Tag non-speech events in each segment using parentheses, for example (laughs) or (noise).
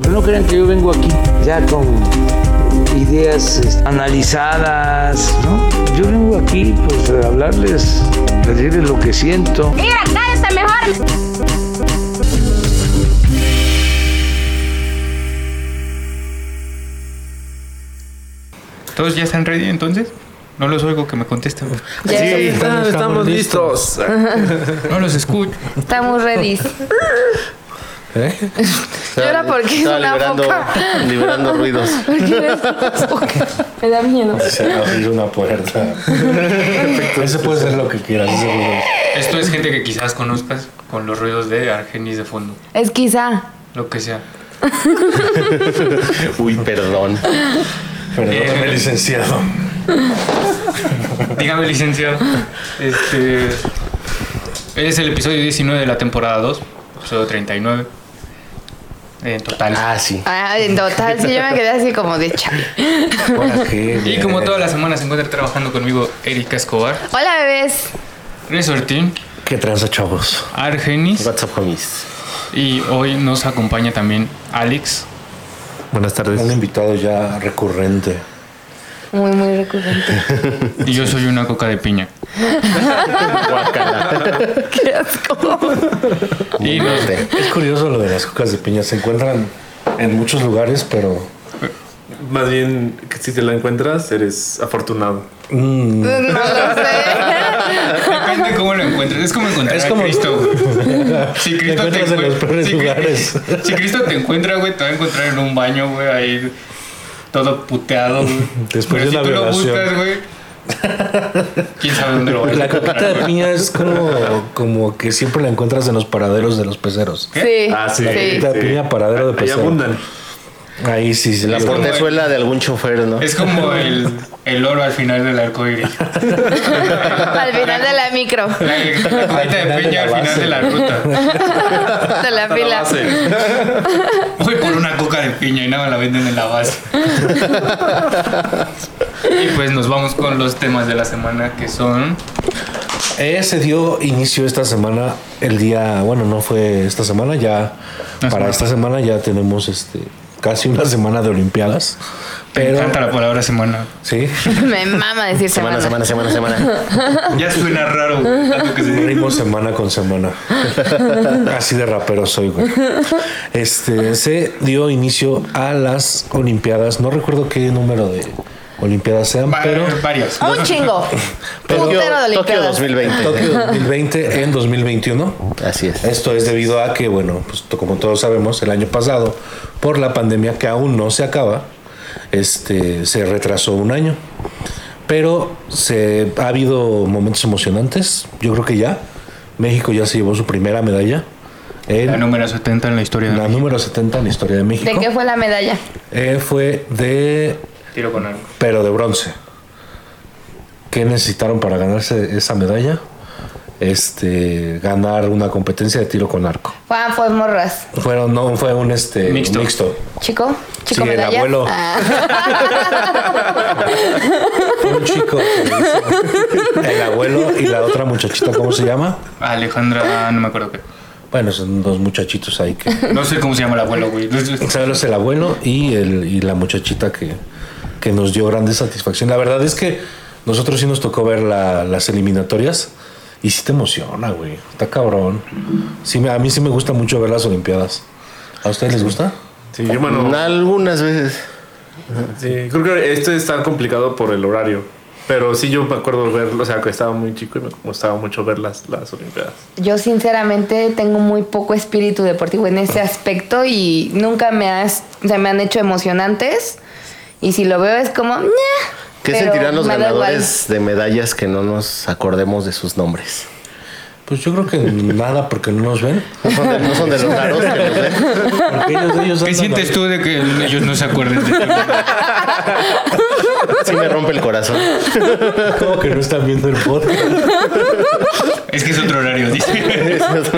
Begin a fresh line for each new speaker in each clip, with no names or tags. Pero no crean que yo vengo aquí ya con ideas este, analizadas, ¿no? Yo vengo aquí pues a hablarles, a decirles lo que siento.
Mira, cállate mejor.
¿Todos ya están ready entonces? No los oigo que me contesten.
Ya estamos-
estamos,
estamos
listos.
No los escucho.
estamos ready.
¿Eh?
Llora porque es
Estaba
una
liberando,
foca.
liberando ruidos.
Porque es una foca. Me da miedo.
Se abrió una puerta. Ese puede ser lo que quieras.
Esto es gente que quizás conozcas con los ruidos de Argenis de fondo,
Es quizá.
lo que sea.
Uy, perdón.
Eh.
Perdóname, licenciado.
Dígame, licenciado. Este. Es el episodio 19 de la temporada 2, episodio 39. En total.
Ah, sí.
Ah, en total, sí, yo me quedé así como de chale.
¿Para qué?
Y como todas las semanas se encuentra trabajando conmigo Erika Escobar,
Hola, bebés.
Resortín,
¿Qué tranza, chavos?
Argenis
What's up, homies?
y hoy nos acompaña también Alex.
Buenas tardes.
Un invitado ya recurrente.
Muy, muy recurrente.
Y yo soy una coca de piña.
Qué asco.
Y
Muy
nos-
fuerte.
Es curioso lo de las cocas de piña. Se encuentran en muchos lugares, pero
(laughs) Más bien, que si te la encuentras, eres afortunado.
mm,
No lo sé.
Depende cómo lo encuentres. Es como encontrar
Es
a
como-
Cristo. güey. Si Cristo te
encuentras en los
encuent-
peores
si, Cri-
lugares.
si Cristo te encuentra, güey, te va a encontrar en un baño, güey, ahí todo puteado. güey.
Después
Pero
de una
si tú lo
violación.
buscas, güey, quién sabe dónde lo vas a
la
encontrar,
coquita de
güey.
piña es como, como que siempre la encuentras en los paraderos de los peceros.
Sí.
sí. La piña paradero
Ah, pues
de
Ahí
pecero.
abundan.
Ahí sí, sí.
La
sí.
portezuela de algún chofer, ¿no?
Es como el, el oro al final del arco iris.
Al final de la micro,
La, la coquita de
final de
piña
la
al final
base.
de la ruta.
de la
Hasta la
fila.
base.
Voy por una coca de piña y nada más la venden en la base.
(laughs)
Y pues nos vamos con los temas de la semana que son.
Eh, se dio inicio esta semana, el día, bueno, no fue esta semana, ya para
semana.
esta semana ya tenemos este casi una semana de Olimpiadas.
Me
Pero
encanta la palabra semana.
sí,
Me mama decir semana.
Semana, semana, semana, semana.
Ya suena raro, güey, tanto que se dice.
Ritmo semana
(laughs)
con semana. Así de rapero soy, güey. Este, se dio inicio a las Olimpiadas. No recuerdo qué número de Olimpiadas sean,
Va- eh,
pero Ah.
varias.
Un chingo.
Tokio,
Putero de
Tokio
Olimpiadas.
2020.
Tokio
(laughs)
2020 en 2021.
Así es.
Esto es debido a que, bueno, pues to- como todos sabemos, el año pasado, por la pandemia que aún no se acaba, este, se retrasó un año. Pero se, ha habido momentos emocionantes. Yo creo que ya. México ya se llevó su primera medalla.
La
En
número 70 en la historia
la
de
número 70 en la historia de México.
¿De qué fue la medalla?
Eh, fue de.
Tiro con algo.
Pero de bronce. ¿Qué necesitaron para ganarse esa medalla? Este, ganar una competencia de tiro con arco.
Juan fue morras.
Fueron, no, fue un este
Mixto.
mixto.
Chico, chico
Sí, el
medalla.
abuelo. Fue un chico. que hizo- El abuelo y la otra muchachita, ¿cómo se llama?
Alejandra, ah, no me acuerdo qué.
Bueno, son dos muchachitos ahí que.
No sé cómo se llama el abuelo, güey.
El sabelo es el abuelo y, el, y la muchachita que, que nos dio grande satisfacción. La verdad es que nosotros sí nos tocó ver la- las eliminatorias y sí te emociona, güey. Está cabrón. Sí, me- a mí sí me gusta mucho ver las Olimpiadas. ¿A ustedes les gusta?
Sí, yo,
Mm,
mano,
Algunas veces.
sí, creo que esto está complicado por el horario. Pero sí, yo me acuerdo verlo, o sea, que estaba muy chico y me gustaba mucho ver las, las Olimpiadas.
(laughs) Yo sinceramente tengo muy poco espíritu deportivo en ese aspecto y nunca me has, se me han hecho emocionantes. Y si lo veo es como... "Ñe",
¿Qué
pero
sentirán los
me da igual.
ganadores de medallas que no nos acordemos de sus nombres?
Pues yo creo que nada porque no nos ven.
No son de, no son de los raros que nos ven.
Porque ellos, ellos
¿Qué
andan
sientes tú de que ellos no se acuerden de ti?
Sí me rompe el corazón.
Como que no están viendo el podcast.
Es que es otro horario, dice.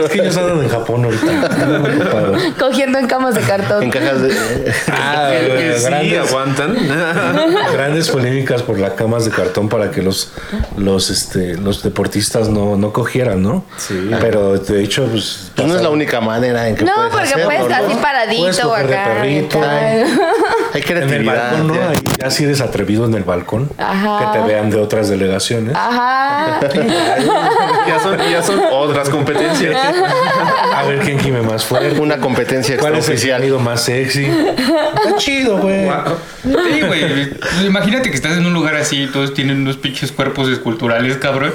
Es que ellos andan en Japón ahorita. Andan ocupados.
(laughs) Cogiendo en camas de cartón.
En cajas de... eh,
Ah,
Que sí,
grandes,
aguantan. (laughs)
grandes polémicas por las camas de cartón para que los los este los deportistas no, no cogieran, ¿no? ¿no?
Sí.
Pero de hecho, pues.
Pues no es la
pasar-
única manera en que
No,
puedes
porque
hacerlo,
puedes
¿no?
así paradito
Puedes
o
coger de
acá. y
perrito.
tal.
Hay
En el
creatividad.
balcón, ¿no?
ya.
Ahí, ya si eres atrevido en el balcón,
Ajá.
que te vean de otras delegaciones.
(laughs)
(laughs)
Ajá.
Ya son, ya son otras competencias.
A ver quién gime más fuerte.
Una competencia
¿Cuál es el
extraoficial.
sonido más sexy? Está chido, güey.
Sí, güey. Imagínate que estás en un lugar así y todos tienen unos pinches cuerpos esculturales, cabrón.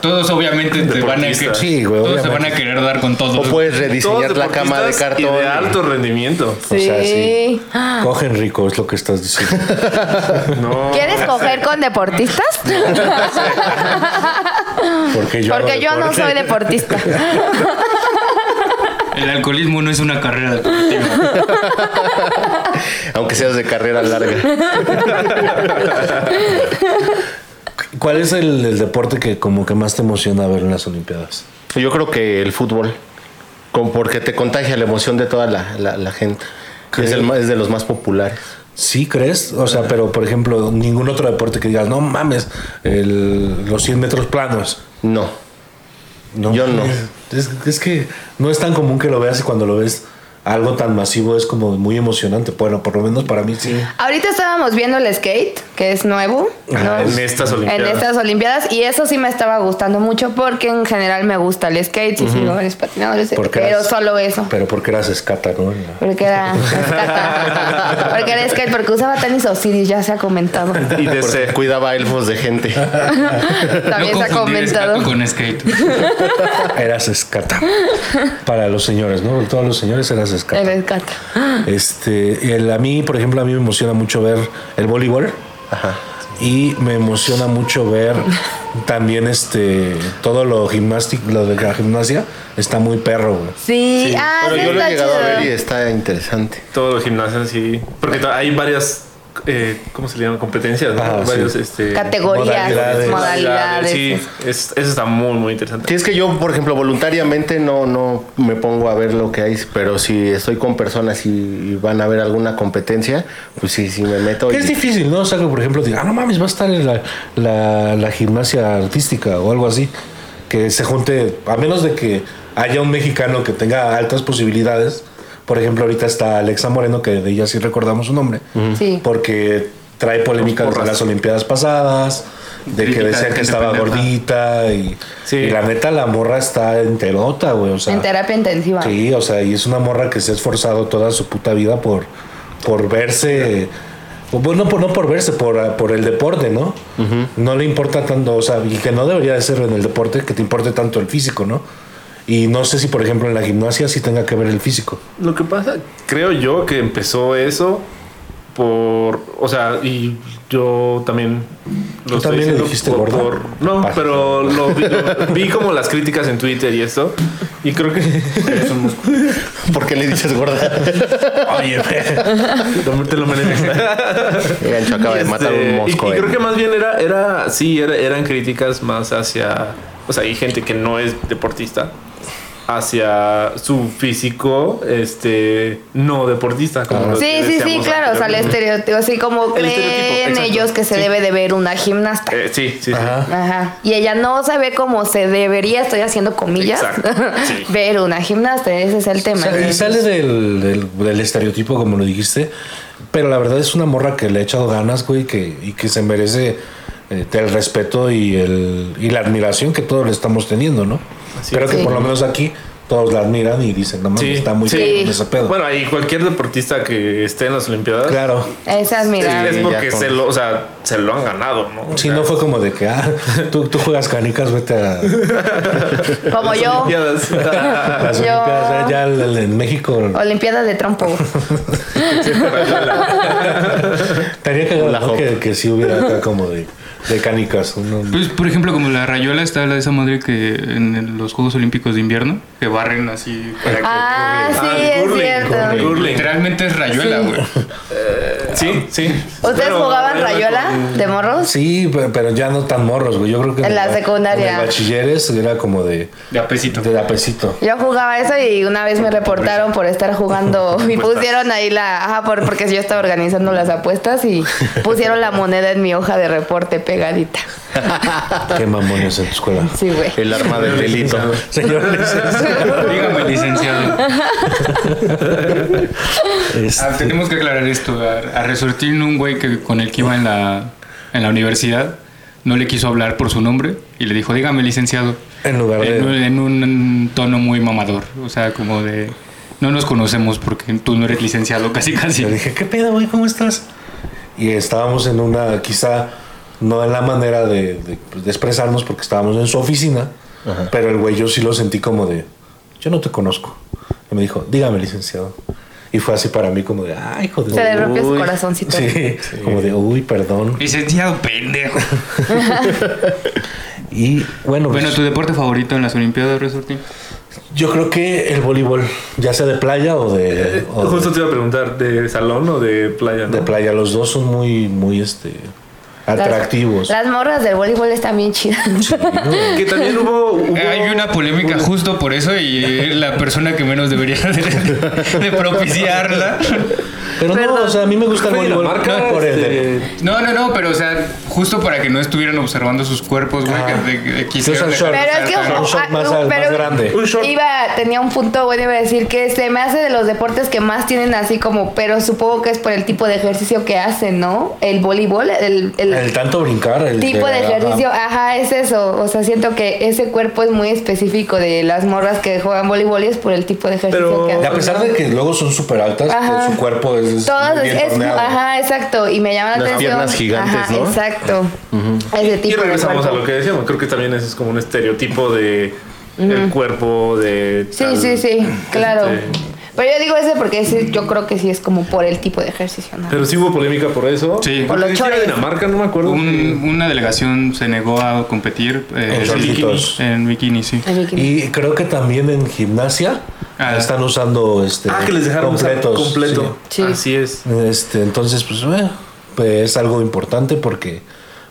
Todos obviamente te van a querer.
Deportistas.
Sí, güey,
todos se van
obviamente.
a querer dar con todo.
O puedes rediseñar
Todos
la cama de
deportistas
cartón.
Y de alto rendimiento.
O sea,
Sí.
Cogen rico, es lo que estás diciendo.
No.
¿Quieres
(laughs)
coger con deportistas?
Porque yo,
Porque
hago
yo no
deporte.
soy
(laughs)
deportista.
El alcoholismo no es una carrera deportiva.
Aunque seas de carrera larga.
¿Cuál es el, el deporte que como que más te emociona ver en las Olimpiadas?
Yo creo que el fútbol. Con, porque te contagia la emoción de toda la, la- la gente. Es, el, ma- es de los más populares.
Sí, crees. O sea, pero por ejemplo, ningún otro deporte que digas, no mames, el- los 100 metros planos.
No.
No,
Yo no.
Es, es que no es tan común que lo veas y cuando lo ves algo tan masivo es como muy emocionante. Bueno, por lo menos para mí sí.
Ahorita estábamos viendo el skate, que es nuevo. ¿no?
En estas
en
olimpiadas.
estas Olimpiadas y eso sí me estaba gustando mucho porque en general me gusta el skate y sigo a los patinadores,
Porque
pero
eras-
solo eso.
Pero porque eras escata, ¿no? En la-
Porque era rescata. porque era skate, porque usaba tenis Osiris, ya se ha comentado.
Y de
(laughs) Porque
ese-
cuidaba elfos de gente.
También
no
se ha
confundir
comentado.
escato con skate.
Eras escata. Para los señores, ¿no? Todos los señores eras escata.
El rescata.
Este, el, a mí, por ejemplo, a mí me emociona mucho ver el voleibol. Y me emociona mucho ver también este todo lo gimnástico, lo de la gimnasia está muy perro, güey.
Sí, ah,
Pero
sí
yo lo he
está
llegado a ver y
chido.
está interesante.
Todos los gimnasios sí. Porque to- hay varias, eh, ¿cómo se le llaman? Competencias, ¿no?
Ah, sí.
Varios, este,
Categorías,
modalidades.
modalidades.
Sí, es- eso está muy, muy interesante.
Sí, es que yo, por ejemplo, voluntariamente no, no me pongo a ver lo que hay, pero si estoy con personas y van a ver alguna competencia, pues sí, sí me meto.
Que
y-
es difícil, ¿no? O sea, que por ejemplo, diga, ah, no mames, va a estar en la, la- la gimnasia artística o algo así. Que se junte, a menos de que haya un mexicano que tenga altas posibilidades. Por ejemplo, ahorita está Alexa Moreno, que de ella sí recordamos su nombre.
Sí.
Porque trae polémica
Los
desde
porras.
las Olimpiadas pasadas, de que
Crítica de
decían que
gente
estaba
pendeja.
gordita. Y,
Sí.
y la neta, la morra está enterota, güey. O sea,
En terapia intensiva.
Sí, o sea, y es una morra que se ha esforzado toda su puta vida por, por verse. o Bueno, por, no por verse, por, por el deporte, ¿no? No le importa tanto, o sea, y que no debería de ser en el deporte que te importe tanto el físico, ¿no? Y no sé si, por ejemplo, en la gimnasia sí tenga que ver el físico.
Lo que pasa, creo yo que empezó eso por, o sea, y yo también
Tú también le
diciendo
dijiste
por-
gorda. Ah,
por- no,
Pasa.
pero lo vi, lo- vi como las críticas en Twitter y esto, y creo
(laughs)
que (laughs)
(laughs) ¿Por qué le dices gorda?
Oye,
te lo mereces.
El gancho acaba de matar
Este,
un
y-
mosco.
Y, creo
eh.
en-
que más bien era, era sí, era- eran críticas más hacia, o sea, hay gente que no es deportista, hacia su físico, este, no deportista. Como lo
Sí, sí,
que
sí,
decíamos
claro, o sea, el
anteriormente.
estereotipo, así como
El estereotipo,
creen
exacto.
ellos que se
Sí.
debe de ver una gimnasta.
Eh, sí, sí, sí.
Ajá.
Ajá. Y ella no se ve como se debería, estoy haciendo comillas,
Exacto,
(laughs)
sí.
ver una gimnasta, ese es el tema.
Sa- y sale del, del- del estereotipo, como lo dijiste, pero la verdad es una morra que le ha echado ganas, güey, que, y que se merece eh, el respeto y, el, y la admiración que todos le estamos teniendo, ¿no?
Así
Creo
es.
que
Sí.
por lo menos aquí todos la admiran y dicen, no mames,
Sí,
está muy
sí.
bien ese pedo.
Bueno, y cualquier deportista que esté en las Olimpiadas.
claro.
Esa es mi
Es,
idea.
es
Sí,
porque
ya con-
se lo, o sea, se lo han ganado, ¿no? O
Si
sea,
no fue como de que, ah, tú, tú juegas canicas, vete a
Como yo,
(laughs)
(laughs)
Olimpiadas.
las
Yo-
Olimpiadas. Ya, ya el- el- en México
Olimpiadas de
(laughs)
trompo. (laughs)
estaría que,
La
¿no? que, que sí hubiera acá como de, de canicas. uno-
Pues, por ejemplo, como la rayuela está la de esa madre que en los Juegos Olímpicos de invierno, que barren así. para que-
Ah, sí,
Ah,
es
curling,
cierto.
curling.
Literalmente es rayuela, güey.
Sí, sí.
¿Ustedes
Pero
jugaban
era
rayuela
con-
de morros?
Sí, pe- pero ya no tan morros, güey. Yo creo que
En la
el-
secundaria.
En el bachilleres era como de,
De apesito.
(laughs)
de lapecito.
Yo jugaba eso y una vez me reportaron por estar jugando y pusieron ahí la, ajá, por- porque yo estaba organizando las apuestas y
(laughs)
pusieron la moneda en mi hoja de reporte pegadita.
Qué mamones en tu escuela.
Sí, güey.
El arma del delito.
Señor licenciado.
Dígame, licenciado.
Es-
Ah, tenemos que aclarar esto. A, a Resortín, un güey que, con el que iba en la, en la universidad, no le quiso hablar por su nombre y le dijo, dígame, licenciado.
En lugar de-
En, un- en un tono muy mamador. O sea, como de... No nos conocemos porque tú no eres licenciado, casi casi.
Le dije, ¿qué pedo, güey? ¿Cómo estás? Y estábamos en una, quizá no en la manera de, de, pues, de expresarnos porque estábamos en su oficina, pero el güey yo sí lo sentí como de, yo no te conozco. Y me dijo, dígame, licenciado. Y fue así para mí como de, ay, hijo de...
Se le rompió su
Uy.
corazoncito.
Sí, como de, uy, perdón.
Licenciado pendejo.
Y bueno, pues,
Bueno, ¿tu deporte favorito en las Olimpiadas, Resortín?
yo creo que el voleibol, ya sea de playa o de... o de-
Eh, Justo te iba a preguntar, ¿de salón o de playa? no?
de playa, los dos son muy, muy, este,
Las-
atractivos.
Las, morras del voleibol están bien chidas. (laughs)
Que también hubo. hubo-
Eh, Hay una polémica justo por eso y eh, la persona que menos debería de, de propiciarla.
Pero no,
Perdón.
o sea, a mí me gusta el
Fue de la
voleibol
marca,
no por el de-
este,
No, no, no, pero o sea, justo para que no estuvieran observando sus cuerpos, güey,
Ah.
que, que- que quisieran
Usan
dejar
shorts.
Pero es que
resaltar.
Un short
ah,
más-
pero
más grande.
Un short.
Iba, tenía un punto bueno, iba a decir que se me hace de los deportes que más tienen así como, pero supongo que es por el tipo de ejercicio que hacen, ¿no? El voleibol, el, el-
este.
El tanto brincar. El
tipo de
ajá.
ejercicio, ajá, es eso. O sea, siento que ese cuerpo es muy específico de las morras que juegan voleibol y es por el tipo de ejercicio
Pero-
que
Y
hacen.
a pesar de que luego son súper altas,
Ajá.
pues su cuerpo es, es
Todas
muy
es,
bien
es-
torneado.
ajá, exacto. Y me llama la
Las
atención.
piernas gigantes,
ajá,
¿no?
Exacto. Ese
Y
tipo
regresamos
de
a
cuerpo.
lo que decíamos. Creo que también ese es como un estereotipo de. El cuerpo de.
Sí,
tal-
sí, sí, claro.
Este,
Pero yo digo ese porque ese- yo creo que sí es como por el tipo de ejercicio, ¿no?
Pero sí hubo polémica por eso.
Sí.
Por
Por
la
los chores.
Dinamarca, no me acuerdo.
Un- una delegación se negó a competir eh,
En shortcitos.
en bikini, sí.
El bikini.
Y creo que también en gimnasia
Ah.
están usando este
Ah, que les dejaron usar
completos.
completo.
Sí.
Así es.
sí. Este, entonces, pues, bueno, pues, es algo importante porque,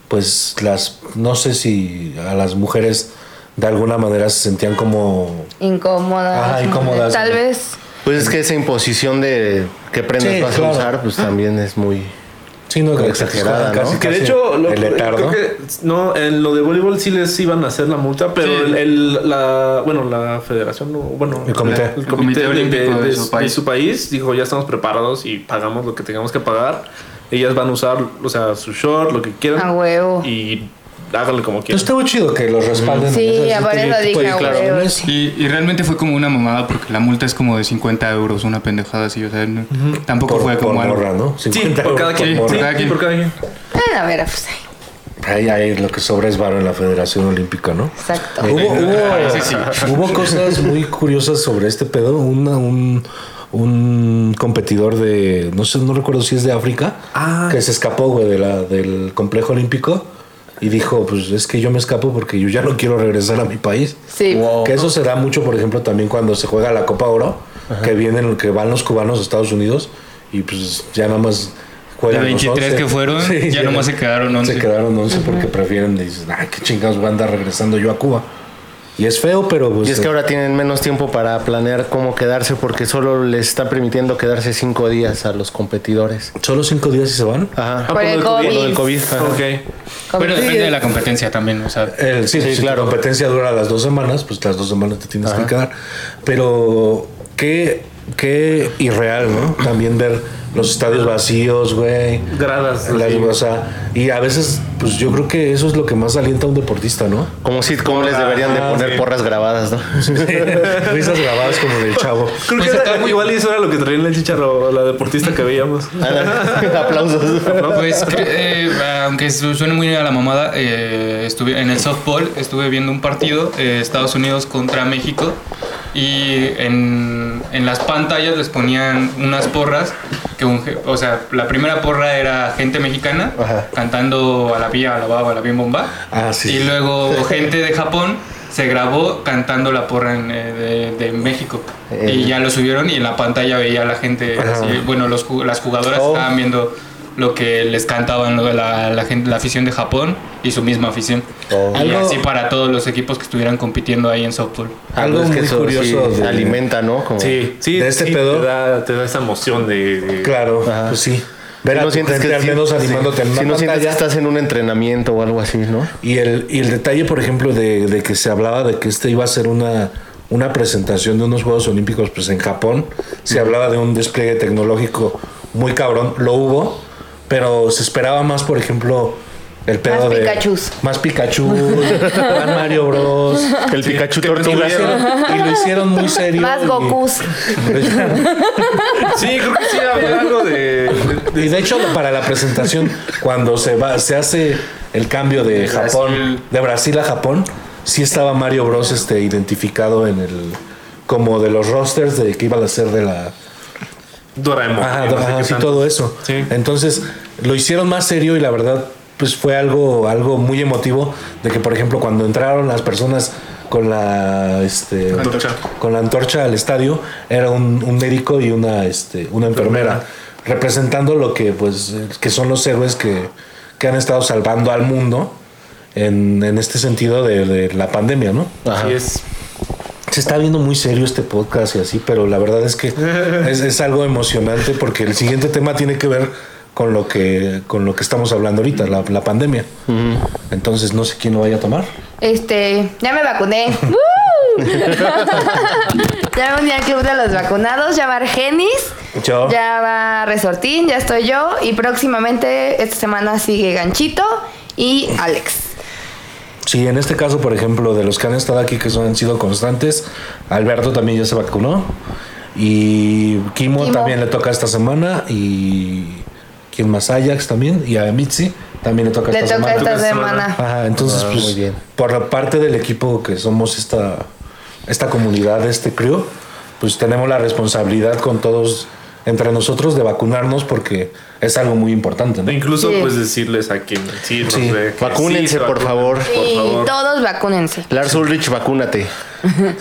pues, las no sé si a las mujeres de alguna manera se sentían como
Incómodas.
Ah,
¿no?
incómodas.
Tal vez.
Pues es que esa imposición de qué prendas
Sí,
vas
claro.
a usar, pues también es muy.
sí, no,
Como exagerada,
casi,
¿no?
Que de
casi
hecho, lo-
el letardo.
creo que no, en lo de voleibol sí les iban a hacer la multa, pero
Sí.
el, el- la, bueno, la federación, no, bueno,
El comité.
la-
El comité
de-
olímpico de
de,
su
de
país.
su país dijo ya estamos preparados y pagamos lo que tengamos que pagar. Ellas van a usar, o sea, su short, lo que quieran.
A Ah, huevo.
Y háganle como
Pero
quieran.
estuvo chido que los respalden.
Sí,
en ese
a varios lo
tipo de
dije, a
declaraciones.
varios.
Y, y realmente fue como una mamada porque la multa es como de 50 euros, una pendejada así, o sea, no- tampoco
Por,
fue
por
como algo.
morra, ¿no?
Sí,
50
por cada
euros
quien.
por
sí,
cada
sí,
quien.
por cada quien.
Ah, a ver, pues ay,
Ahí, ahí lo que sobra es varo en la Federación Olímpica, ¿no? Eh,
Exacto.
Hubo,
Parece sí.
hubo, (laughs) hubo cosas muy curiosas sobre este pedo. Una- un, un competidor de, no sé, no recuerdo si es de África,
Ah.
que se escapó, güey, de la, del complejo olímpico y dijo, pues es que yo me escapo porque yo ya no quiero regresar a mi país.
Sí. Wow.
Que eso se da mucho, por ejemplo, también cuando se juega la Copa Oro, que vienen, que van los cubanos a Estados Unidos y pues ya nada más juegan
De
los
23
11.
que
(laughs)
fueron, ya nomás se quedaron 11.
Se quedaron 11 porque prefieren, dicen, ah, qué chingados voy a andar regresando yo a Cuba. Y es feo, pero pues...
Y es que ahora tienen menos tiempo para planear cómo quedarse porque solo les está permitiendo quedarse cinco días a los competidores.
Solo cinco días y se van.
Ajá.
Ah,
Por el
Por lo
COVID.
del COVID. ajá.
Ok.
Como-
Pero depende de la competencia también, o sea,
El, sí, si
claro.
la competencia dura las dos semanas, pues las dos semanas te tienes que
Ajá.
quedar. Pero qué, qué irreal, ¿no? También ver los estadios vacíos, güey.
Gradas,
Las-
así.
o sea, y a veces, pues yo creo que eso es lo que más alienta a un deportista,
(laughs)
¿no?
Como sitcom les deberían de
Ah,
poner
sí.
porras grabadas, ¿no?
Risas grabadas como del chavo.
Creo que era- igual eso era lo que traía en el chicharro, la deportista que veíamos.
Ándale. (laughs) Aplausos.
Pues, cre- eh, aunque su- suene muy a la mamada, eh, estuve en el softball estuve viendo un partido, eh, Estados Unidos contra México, y en, en las pantallas les ponían unas porras, que un je- o sea, la primera porra era gente mexicana
Ajá.
cantando a la vía, a la baba, a la bien bomba,
Ah, sí.
y luego
(laughs)
gente de Japón se grabó cantando la porra en, eh, de, de México.
Eh.
Y ya lo subieron y en la pantalla veía a la gente, así, bueno, los, ju- las jugadoras
Oh.
estaban viendo lo que les cantaban lo de la, la gente, la afición de Japón y su misma afición.
Oh.
Y
Algo-
así para todos los equipos que estuvieran compitiendo ahí en softball.
Algo
es que
muy
eso
curioso
sí
de-
alimenta, ¿no? Como-
Sí, sí,
De este
sí,
pedo.
Te da, te da esa emoción de. de-
Claro,
Ajá.
pues sí. Ver
Si
a
no
tu
sientes
gente
que
al
sí-
menos animándote en
sí,
una
si no sientes que
pantalla.
estás en un entrenamiento o algo así, ¿no?
Y el, y el detalle, por ejemplo, de, de que se hablaba de que este iba a ser una, una presentación de unos Juegos Olímpicos pues en Japón, se hablaba de un despliegue tecnológico muy cabrón, lo hubo, pero se esperaba más, por ejemplo, el pedo
Más
de...
Pikachus.
Más Pikachu. más Mario Bros.
El Pikachu
que
tortuga.
estuvieron-
Y lo hicieron muy serio.
Más
y-
Gokus.
Sí, creo que sí había algo de. de-
(laughs) Y de hecho, para la presentación, cuando se va, se hace el cambio de Japón,
Brasil.
de Brasil a Japón, sí estaba Mario Bros este identificado en el como de los rosters de que iban a ser de la
Doraemon.
ajá,
no sé
ajá,
qué
sí,
tanto.
todo eso.
Sí.
Entonces, lo hicieron más serio y la verdad pues fue algo algo muy emotivo de que por ejemplo cuando entraron las personas con la este
Antorcha.
con la antorcha al estadio era un, un médico y una este una enfermera representando lo que pues eh, que son los héroes que, que han estado salvando al mundo en, en este sentido de, de la pandemia no
Ajá.
Sí, es.
se está viendo muy serio este podcast y así, pero la verdad es que es, es algo emocionante porque el siguiente tema tiene que ver con lo que con lo que estamos hablando ahorita, la, la pandemia. Entonces no sé quién lo vaya a tomar.
Este, ya me vacuné. ¡Woo! (laughs) ya me uní al club de los vacunados, ya va Argenis,
Yo.
ya va Resortín, ya estoy yo y próximamente esta semana sigue Ganchito y Alex.
Sí, en este caso, por ejemplo, de los que han estado aquí que son, han sido constantes, Alberto también ya se vacunó y Kimo,
Kimo.
también le toca esta semana y quién más Ajax también y a Mitzi también le toca
Le
Pues esta
toca
semana.
esta
Esta semana.
semana.
Ajá, entonces,
Ah,
pues,
muy bien.
por la parte del equipo que somos esta, esta comunidad, este crew, pues tenemos la responsabilidad con todos, entre nosotros, de vacunarnos porque es algo muy importante, ¿no?
Incluso,
Sí.
pues decirles a quien. Sí, no
Sí.
sé, que
Vacúnense,
sí se
por
vacunen,
favor.
Por
y
favor.
todos vacúnense.
Lars Ulrich,
(laughs)
vacúnate.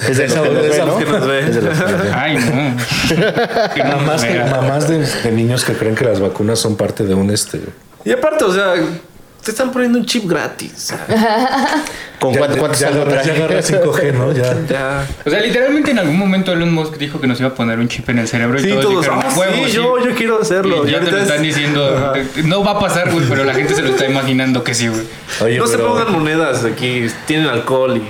Es de los que nos
es
ve,
de los
¿no?
que nos ve.
Es de los que
(laughs)
nos ve.
Ay,
(laughs)
no. Qué
Mamás, que-
mamera.
mamás de, de niños que creen que las vacunas son parte de un este.
Y aparte, o sea, te están poniendo un chip gratis. o sea,
¿Con
Ya-
cuánto,
ya-
cuánto
ya
saldo
agarra-
trae?
ya agarra 5G, ¿no? Ya.
Ya.
O sea, literalmente en algún momento Elon Musk dijo que nos iba a poner un chip en el cerebro
Sí,
y todos,
todos.
dijeron,
"Ah,
"Huevo,
sí,
sí".
yo, yo quiero hacerlo.
Y ya
Y
te lo
ahorita
están
es-
diciendo, eh,
Ajá.
no va a pasar, güey, pero la gente se lo está imaginando que sí, güey.
Oye,
no se
pero-
pongan monedas aquí, tienen alcohol y.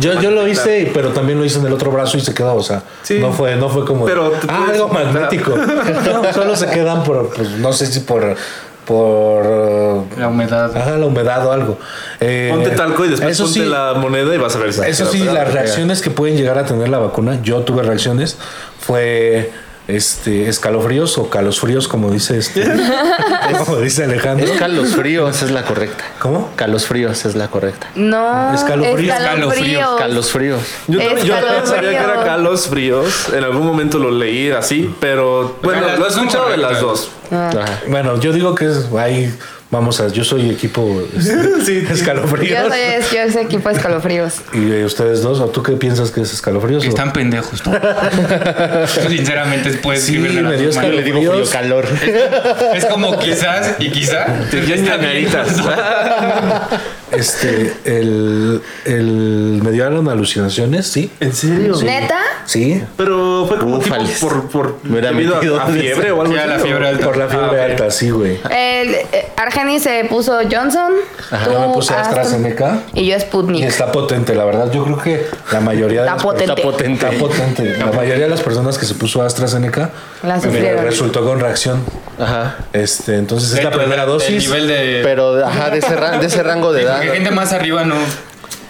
Yo, yo lo hice, pero también lo hice en el otro brazo y se quedó, o sea,
Sí.
no fue, no fue como
Pero te
"Ah,
puedes
algo
juntar". (laughs)
magnético. No, solo se quedan por, pues, no sé si por por eh,
La humedad.
Ah,
ajá, la humedad o algo. Eh,
Ponte talco y después
eso
ponte
sí,
la moneda y vas a ver si
Eso sí, las reacciones que pueden llegar a tener la vacuna, yo tuve reacciones, fue este escalofríos o calos fríos, como
(laughs)
dice este, como dice Alejandro.
(laughs) Es Carlos Fríos, esa es la correcta.
¿Cómo?
Carlos Fríos es la correcta.
No,
Escalofríos.
escalofríos.
Carlos Fríos.
eh, Yo,
Es
yo
calor
sabía que era
frío.
calos fríos. En algún momento lo leí así, pero bueno,
las
lo he
dos son
escuchado de las
correctas.
dos.
Ajá.
Bueno, yo digo que es ahí vamos a, yo soy equipo este,
Sí, sí.
escalofríos.
Yo soy, yo soy equipo de escalofríos.
¿Y eh, ustedes dos? ¿O tú qué piensas que es escalofríos?
Que
o-
están
(laughs)
pendejos. ¿no? Tú Sinceramente, puedes
Sí,
escribirle a
me
las
dio
dos manos.
Le digo frío
Fríos. (laughs)
calor.
Es como quizás y quizá.
Te dio
Está bien,
ñañaritas.
¿no?
Este, el, el- Me dieron alucinaciones, sí.
¿En serio?
¿Neta?
Sí.
Pero fue como tipo
Ufales.
por, por
Me hubiera
debido
metido
a, a
en
fiebre
ese-
o algo
Sí, a la
así,
fiebre
¿o?
alta.
Por la fiebre
Ah, ok.
alta, sí, güey.
El, eh, Argenis se puso Johnson. tú
Yo me puse
Astra-
AstraZeneca.
Y yo
Y este,
Sputnik.
está potente, la verdad. Yo creo que la mayoría de
Está
las
potente.
Está potente.
Está potente. La mayoría de las personas que se puso AstraZeneca
La
me
sufrieron.
resultó con reacción.
Ajá.
Este, entonces es la
Dentro
primera
del-
dosis.
del nivel de.
Pero ajá, de ese, ra- de ese rango de edad.
Porque gente más arriba no.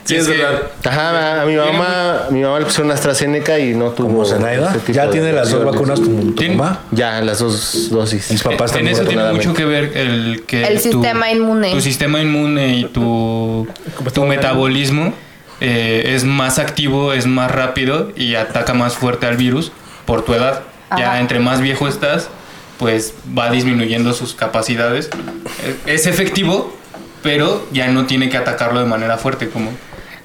Sí,
Y
es
que-
verdad.
Ajá, a mi mamá, a mi mamá le pusieron AstraZeneca y no tuvo
Como Zenaida.
ese tipo
Ya
de
tiene las dos
reacciones.
vacunas como tu
Tiene-
mamá.
Ya, las dos dosis.
Mis papás
En
también.
eso tiene
afortunadamente.
mucho que ver el que
El sistema inmune.
Tu sistema inmune y tu, tu metabolismo eh, es más activo, es más rápido y ataca más fuerte al virus por tu edad.
Ajá.
Ya entre más viejo estás, pues va disminuyendo sus capacidades. E, Eh, Es efectivo, pero ya no tiene que atacarlo de manera fuerte como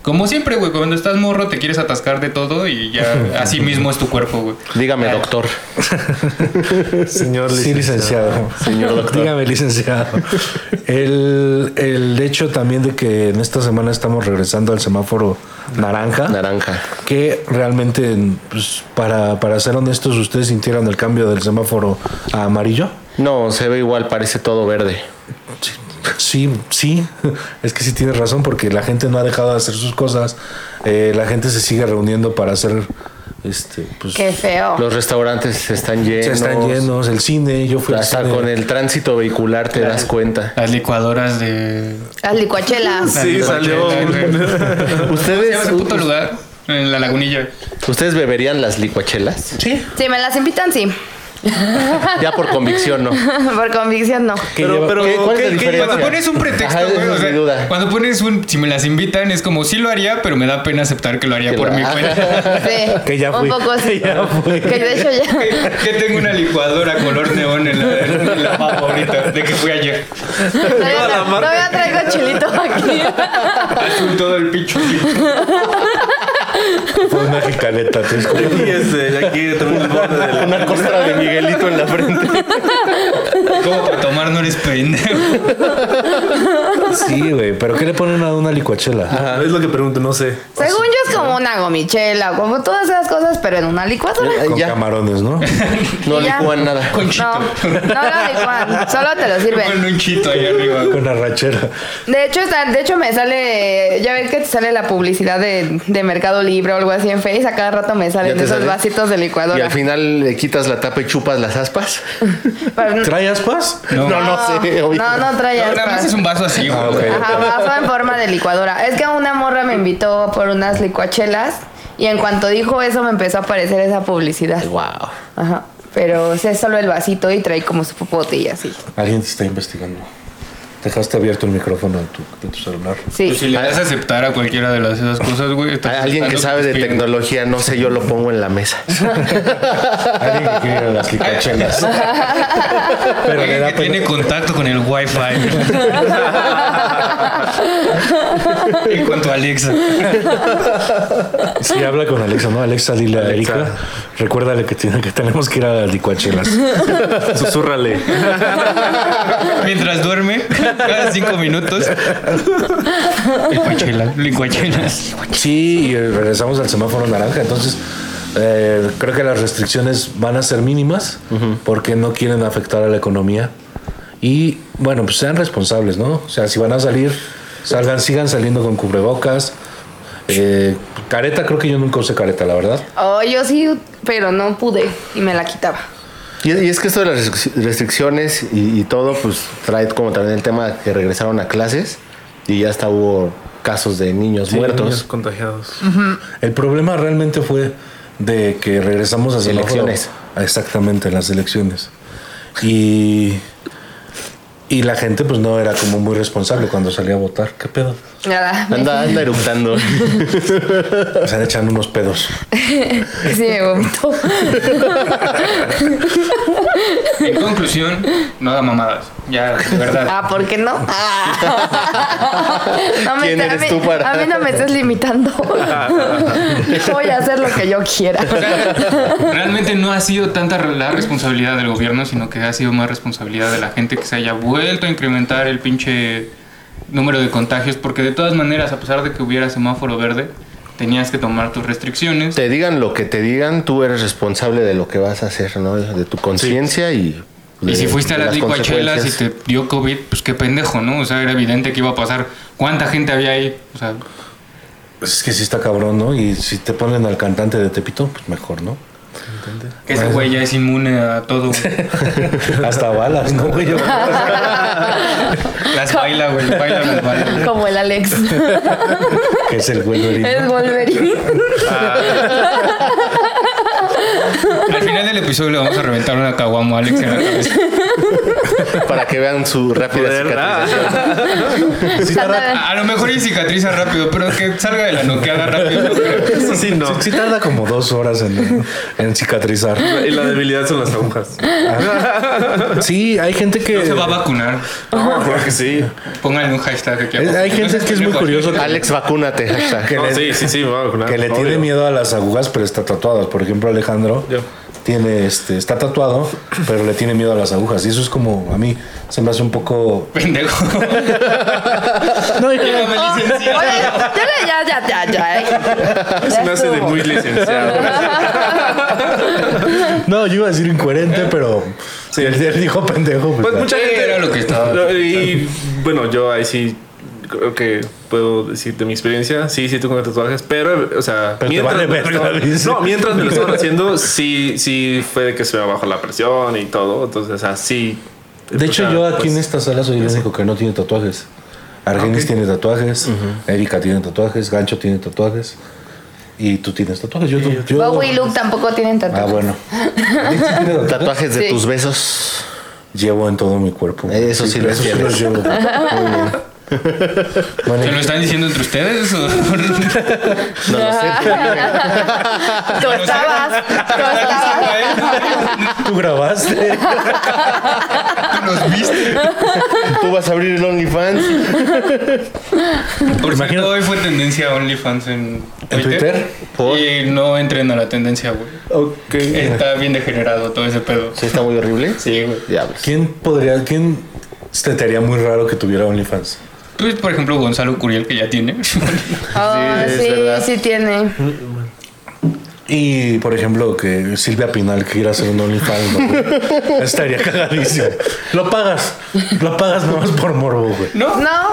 Como siempre, güey, cuando estás morro te quieres atascar de todo y
(laughs)
ya así mismo es tu cuerpo, güey.
Dígame, doctor.
Señor
Sí, licenciado.
Señor doctor.
Dígame, licenciado. El, el hecho también de que en esta semana estamos regresando al semáforo naranja.
Naranja.
Que realmente, pues, para, para ser honestos, ¿ustedes sintieron el cambio del semáforo a amarillo?
No, se ve igual, parece todo verde.
Sí, sí, (laughs) es que sí tienes razón porque la gente no ha dejado de hacer sus cosas, eh, la gente se sigue reuniendo para hacer, este, pues,
Qué feo.
Los restaurantes están llenos.
se están llenos, pues, el cine, yo fui al
Hasta
cine.
con el tránsito vehicular te
(laughs)
das cuenta.
Las licuadoras de...
Las licuachelas.
Sí, salió. (laughs) un-
¿Qué
¿Ustedes,
puto lugar? En la lagunilla.
¿Ustedes beberían las licuachelas?
Sí,
Si me las invitan, sí.
(laughs)
(laughs)
Ya por
(laughs)
convicción, ¿no?
Por convicción, no.
que
Pero-
lleva-
pero-
¿Qué- ¿Cuál es la
¿qué- qué-
diferencia?
cuando
Cuando pones un pretexto,
Ajá, esa
güey,
es
o sea,
mi duda.
cuando pones un... Si me las invitan es como, sí lo haría, pero me da pena aceptar que lo haría
Que
por
lo-
mi
(laughs)
cuenta.
Sí.
(laughs) Que ya fui.
Un poco sí.
(laughs) Ya fui.
Que de hecho ya.
que tengo una licuadora color neón en la, en la favorita de que fui ayer.
Toda la
Todavía,
marca.
todavía traigo chilito aquí.
(laughs)
Azul todo el picho.
Fue una jicaneta, te disculpo.
Aquí, este, aquí tengo el borde del-
Una costra de Miguelito en la frente.
¿Cómo para tomar no eres pendejo?
Sí, güey, pero ¿qué le ponen a una licuachela?
Ah, Es lo que pregunto, no sé.
Según yo es como una gomichela, como todas esas cosas, pero en una
Eh,
licuadora.
Con
Ya,
camarones, ¿no?
no
Y ya.
licúan nada.
Con
No,
chito.
no lo licuan, solo te lo
Con
sirven.
un chito ahí arriba. güey.
Con arrachera.
De hecho, está- de hecho me sale, ya ven que te sale la publicidad de, de Mercado Libre o algo así en Face, a cada rato me
Ya
salen
te
esos
sale.
vasitos de
Y
licuadora.
al final le quitas la tapa y chupas las aspas.
(laughs) Pero-
¿Trae aspas?
No.
No, no sé.
no,
oye.
no, no trae
No, nada más
aspas.
es un vaso así, güey.
Ah, ok.
Ajá, vaso en forma de licuadora. Es que una morra me invitó por unas licuachelas y en cuanto dijo eso me empezó a aparecer esa publicidad.
Wow.
Ajá. Pero o sea, es solo el vasito y trae como su popote y así.
Alguien te está investigando. Dejaste abierto el micrófono de tu, de tu celular.
Sí.
Pues Si le das a aceptar a cualquiera de las esas cosas, güey. estás
A Alguien que
aceptando
sabe de
tus pedos.
tecnología, no sé, yo lo pongo en la mesa.
Alguien que quiere las licuachelas. Pero le
Alguien
da
que tiene
pena.
contacto con el Wi-Fi. en cuanto a Alexa.
Sí, habla con Alexa, ¿no? Alexa, dile a
Alexa.
Erika. Recuérdale que, tiene, que tenemos que ir a las licuachelas.
Susúrrale.
Mientras duerme, cada cinco minutos. Licuachela, licuachelas.
Sí, y regresamos al semáforo naranja. Entonces, eh, creo que las restricciones van a ser mínimas porque no quieren afectar a la economía. Y bueno, pues sean responsables, ¿no? O sea, si van a salir, salgan, sigan saliendo con cubrebocas. Eh, careta, creo que yo nunca usé careta, la verdad.
Oh, yo sí, pero no pude y me la quitaba.
Y, y es que esto de las restric- restricciones y, y todo, pues trae como también el tema que regresaron a clases y ya hasta hubo casos de niños
Niños
muertos.
contagiados.
El problema realmente fue de que regresamos a semáforo- Ah,
Elecciones.
Exactamente, las elecciones. Y, y la gente pues no era como muy responsable cuando salía a votar. ¿Qué pedo?
Nada. me-
Anda, anda (laughs) eructando.
Se han echado unos pedos.
Sí, (laughs) me vomitó.
En conclusión, no haga mamadas. Ya, de verdad.
Ah, ¿por qué (laughs) no? Ah. No me
¿Quién
está- a mí-
eres tú para-
A mí no me estés limitando. Voy a hacer lo que yo quiera.
Realmente no ha sido tanta la responsabilidad del gobierno, sino que ha sido más responsabilidad de la gente que se haya vuelto a incrementar el pinche número de contagios, porque de todas maneras, a pesar de que hubiera semáforo verde, tenías que tomar tus restricciones.
Te digan lo que te digan, tú eres responsable de lo que vas a hacer, ¿no? De tu conciencia y. de-
Y si fuiste a
de
las licuachelas y
consecuencias.
te dio COVID, pues qué pendejo, ¿no? O sea, era evidente que iba a pasar. ¿Cuánta gente había ahí? O sea,
Pues es que sí está cabrón, ¿no? Y si te ponen al cantante de Tepito, pues mejor, ¿no?
que ese güey ya es inmune a todo. (laughs)
Hasta balas, ¿no, güey? Yo-
Las baila, güey, baila, las baila.
Como el Alex.
que es el güey Lorino.
Es Wolverine.
Al final del episodio le vamos a reventar una caguamo a Alex en la cabeza.
Para que vean su rápida
¿Verdad?
cicatrización.
Anda-
A lo mejor y cicatriza rápido, pero que salga de la noqueada rápido.
Eso sí, no.
Sí tarda como dos horas en, en cicatrizar.
Y la debilidad son las agujas.
Sí, hay gente que.
No se va a vacunar.
No, creo que sí.
Pónganle un hashtag aquí
Es-
abajo.
hay gente que es muy curioso que-
Alex, vacúnate. hashtag.
que
No,
le,
sí, sí, sí, me voy a vacunar.
que le tiene
Obvio.
miedo a las agujas, pero está tatuado. Por ejemplo, Alejandro
Yo.
tiene, este, está tatuado, pero le tiene miedo a las agujas. Y eso es como a mí se me hace un poco.
Pendejo.
No, y-
Dígame, licenciado.
Oye, ya, ya, ya, ya, ya, ¿eh?
Se me hace de muy licenciado.
no, yo iba a decir incoherente, pero si él, él dijo pendejo. pues,
Pues
ya.
mucha
Sí,
gente
era lo que estaba
No, Y bueno, yo ahí sí creo que puedo decir de mi experiencia. Sí, sí tengo tatuajes, pero, o sea,
Pero te vale
me lo
verga,
estaban-
dice.
no, mientras me lo estaban haciendo, sí, sí fue de que se me bajó la presión y todo. Entonces, o sea, sí.
De hecho,
O sea,
yo aquí
pues,
en esta sala soy el único que no tiene tatuajes. Argenis tiene tatuajes, Erika tiene tatuajes, Gancho tiene tatuajes. Y tú tienes tatuajes. Yo, yo-
Bowie y Luke tampoco tienen
Ah,
tatuajes.
bueno. Él sí tiene tatuajes.
Tatuajes de
Sí.
tus besos.
Llevo en todo mi cuerpo.
Eso sí lo
eso
tienes.
los llevo. Muy bien. Bueno,
¿Se lo están diciendo entre ustedes? (laughs) o?
No lo sé.
Tú estabas, tú estabas.
tú (laughs) grabaste.
¿Tú los viste?
Tú vas a abrir el OnlyFans.
Por
Imagino-
cierto, hoy fue tendencia OnlyFans en
¿En Twitter?
Twitter.
¿Por?
Y no entren a la tendencia, güey. Está bien degenerado todo ese pedo.
Sí, está muy horrible. pues.
Sí, güey.
Diablos.
¿Quién podría, quién se te haría muy raro que tuviera OnlyFans?
Pues, por ejemplo, Gonzalo Curiel, que ya
(laughs)
tiene.
Oh,
es
sí,
verdad.
sí tiene.
Y por ejemplo, que Silvia Pinal que quiera hacer un OnlyFans, ¿no, güey? estaría cagadísimo. Lo pagas, lo pagas nomás por morbo, güey.
no,
No,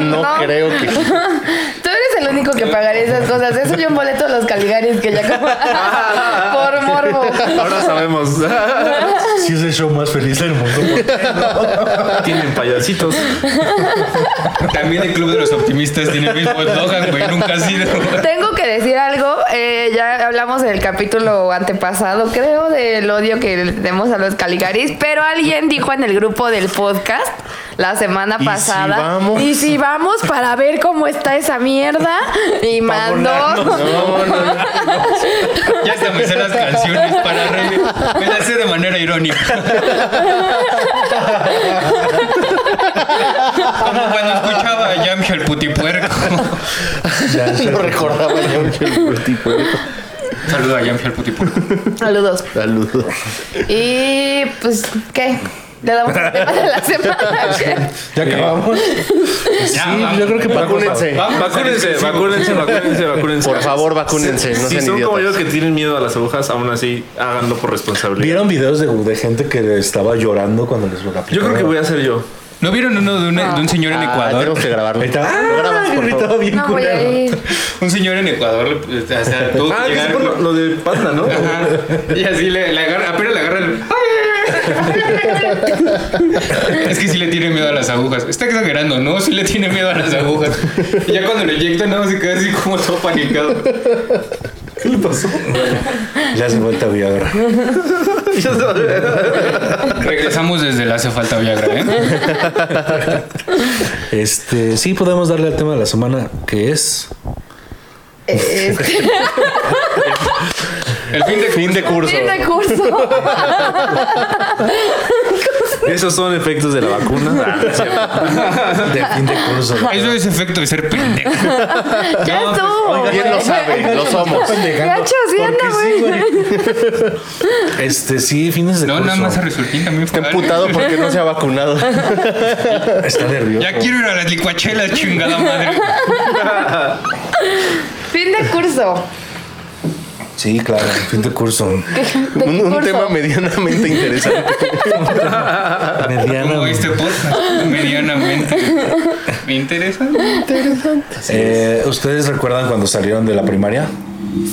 No, creo que.
Tú eres el único que pagaría esas cosas. Eso yo un boleto a los Caligaris que ya
(laughs)
como por morbo.
Ahora sabemos.
Si es el show más feliz del mundo. güey.
Tienen payasitos.
también el Club de los Optimistas tiene el mismo eslogan, güey. Nunca ha sido.
Tengo que decir algo. eh, ya hablamos en el capítulo antepasado, creo, del odio que le tenemos a los Caligaris. Pero alguien dijo en el grupo del podcast la semana
¿Y si
pasada.
vamos?
Y si vamos para ver cómo está esa mierda. Y
Pa'
mandó.
volarnos.
No, no, no.
Ya hasta me sé las canciones para reír. Me las sé de manera irónica. Como cuando escuchaba a Yamcha el putipuerco.
Ya, ya.
No recordaba yo el tipo.
Saluda a Yamcha el putipuerco.
(laughs) Saludos.
Saludos.
Y pues, ¿qué? Le damos el tema de la semana.
(laughs)
¿qué?
Ya acabamos. Sí,
vamos.
yo creo que para
Vacúnense.
Vamos a ser
Vacúnense,
exclusivos.
vacúnense, vacúnense, vacúnense.
Por favor, vacúnense. No
si
sean
son como yo
idiotas.
que tienen miedo a las agujas, aún así háganlo por responsabilidad.
¿Vieron videos de, de gente que estaba llorando cuando les lo aplicaron?
Yo creo que voy a ser yo.
¿No vieron uno de, una- de un señor en
Ah,
Ecuador?
tenemos que grabarlo.
Ahí está.
Lo grabas, por
Gritaba
favor.
bien
No voy
culero.
a
(laughs)
ir.
Un señor en Ecuador, o sea, tuvo
Ah,
que
que es
llegar-
por lo, lo de panda, ¿no?
Ajá. Y así le, le agarra, apenas le agarra el. Es que sí le tiene miedo a las agujas. Está exagerando, ¿no? Sí le tiene miedo a las agujas. Y ya cuando lo inyectan, nada más se queda así como todo panicado.
¿Qué
(laughs)
le pasó? Ya se vuelta Viagra.
Ya sabes.
Regresamos desde el hace falta Viagra, ¿eh?
Este, sí, podemos darle al tema de la semana que es.
Este,
El fin de
Fin de curso.
Tiene curso.
Esos son efectos de la (laughs) vacuna.
De fin de curso.
(laughs)
Eso es efecto de ser pendejo.
Ya estuvo.
¿Quién lo sabe? Lo somos.
Gacho, sí
¿Por
anda,
qué sí,
güey.
güey? (laughs) Este, sí, fines de
No,
curso.
nada más a resurgir también. fue
Está emputado
algo.
porque no se ha vacunado.
Está nervioso.
Ya quiero ir a las licuachelas, chingada madre.
Fin de curso.
Sí, claro, fin de curso.
De
Un, un
curso.
tema medianamente interesante.
(laughs)
Mediana.
Como este podcast,
(laughs)
medianamente. Me interesa.
Eh, ¿Ustedes recuerdan cuando salieron de la primaria?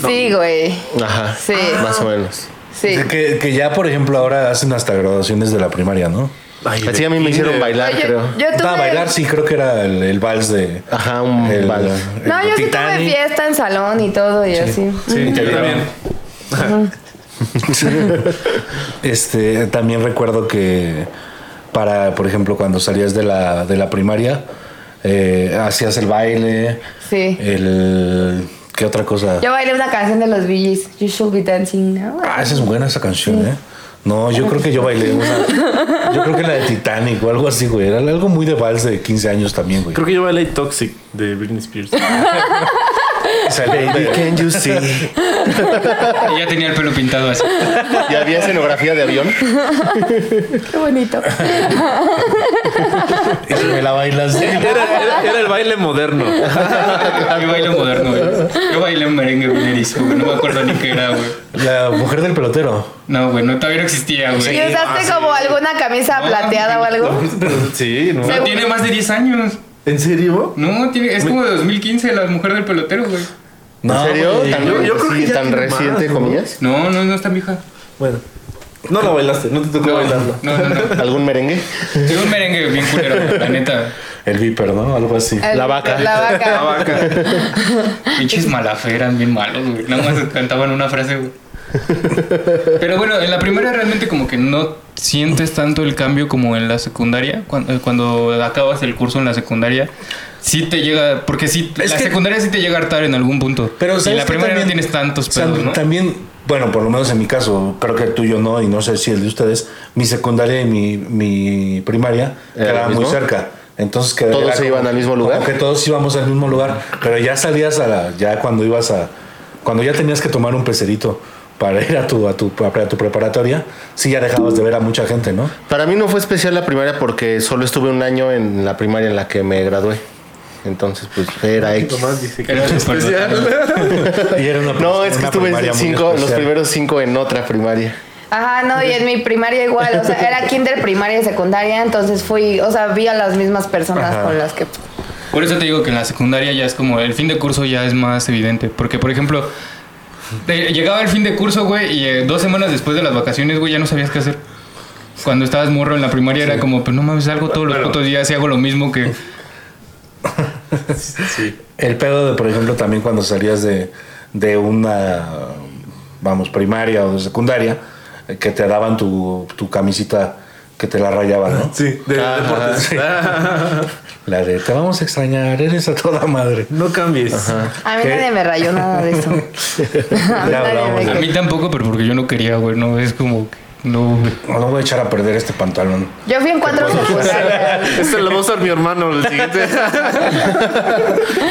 Sí, güey.
Ajá.
Sí.
Más o menos.
Sí.
Que, que ya, por ejemplo, ahora hacen hasta graduaciones de la primaria, ¿no?
Así a mí me hicieron bailar,
Oye,
creo.
yo tuve-
Ah, bailar sí, creo que era el, el vals de...
Ajá, un
el-
vals.
el
No, yo sí tuve
Titanic.
fiesta en salón y todo y así.
Sí, yo
llegaron.
también.
Este, también recuerdo que para, por ejemplo, cuando salías de la, de la primaria, eh, hacías el baile,
Sí.
el ¿Qué otra cosa?
Yo bailé una canción de los Billys. You should be dancing now.
Ah, esa es buena esa canción, ¿eh? No, yo creo que yo bailé una. Yo creo que la de Titanic o algo así, güey. Era algo muy de vals de 15 años también, güey.
Creo que yo bailé Toxic de Britney Spears.
Baby,
Can you see?
Ella tenía el pelo pintado así.
¿Y había escenografía de avión?
Qué bonito.
Y si (laughs) me la bailas. ¿eh?
Era, era- era el baile moderno.
Yo bailo moderno, güey. Yo bailé un merengue bien erizo, güey. No me acuerdo ni qué era, güey.
La mujer del pelotero.
No, güey, no, todavía no existía, güey.
¿Y usaste como alguna camisa
No,
plateada o algo?
(laughs) Sí, ¿no?
No tiene más de 10 años.
¿En serio?
No, tiene, es como de 2015 la mujer del pelotero, güey.
No,
¿En serio?
güey.
¿Tan,
yo- yo creo que
sí,
ya
tan
tiene más,
reciente,
¿no?
comillas?
No, no, no está vieja.
Bueno. No la bailaste, no te tocó
No,
bailarla.
no, no, no.
¿Algún merengue?
Tiene un merengue bien culero, güey, la neta.
El viper, ¿no? Algo así.
El-
La vaca.
La
La
vaca.
(laughs) vaca.
Pinches malaferas bien malos, güey. Nada más cantaban una frase, güey. Pero bueno, en la primera realmente como que no sientes tanto el cambio como en la secundaria. Cuando, cuando acabas el curso en la secundaria, sí te llega... Porque sí,
Es
la
que-
secundaria sí te llega a hartar en algún punto.
Pero
y en
¿sabes
la
qué?
primera no
También-
tienes tantos
tam-
pedos, ¿no?
También, bueno, por lo menos en mi caso, creo que el tuyo no, y no sé si el de ustedes, mi secundaria y mi, mi primaria
¿Era lo
quedaban muy
mismo?
cerca. Entonces que
¿Todos
era
se iban al mismo lugar?
Como que todos íbamos al mismo lugar, pero ya salías a la, ya cuando ibas a, cuando ya tenías que tomar un pecerito para ir a tu, a tu, a tu preparatoria, sí ya dejabas de ver a mucha gente, ¿no?
Para mí no fue especial la primaria porque solo estuve un año en la primaria en la que me gradué. Entonces, pues era X.
Tomás dice que
Era
era
súper
especial.
Y era una-
No, es que
una
estuve
primaria muy
cinco, los
especial.
primeros cinco en otra primaria.
Ajá, no, y en mi primaria igual, o sea, era kinder, primaria y secundaria, entonces fui, o sea, vi a las mismas personas
Ajá.
con las que...
Por eso te digo que en la secundaria ya es como el fin de curso ya es más evidente. Porque, por ejemplo, te- llegaba el fin de curso, güey, y eh, dos semanas después de las vacaciones, güey, ya no sabías qué hacer. Cuando estabas morro en la primaria era como, pues no mames, salgo todos los
Bueno.
putos días y hago lo mismo que.
Sí.
El pedo de, por ejemplo, también cuando salías de, de una, vamos, primaria o de secundaria, eh, que te daban tu, tu camisita que te la rayaban, ¿no?
(laughs) Sí, de
Ajá.
deportes. (laughs)
La de, te vamos a extrañar, eres a toda
(laughs)
madre.
No cambies.
A mí
¿Qué?
nadie me rayó nada de eso. A mí
Ya
nadie
hablamos
me
de-
A mí
quejó.
tampoco, pero porque yo no quería, güey, no es como. que- No, güey.
No no voy a echar a perder este pantalón.
Yo fui en cuatro secundarias.
Esta la voz Este a mi hermano, el siguiente.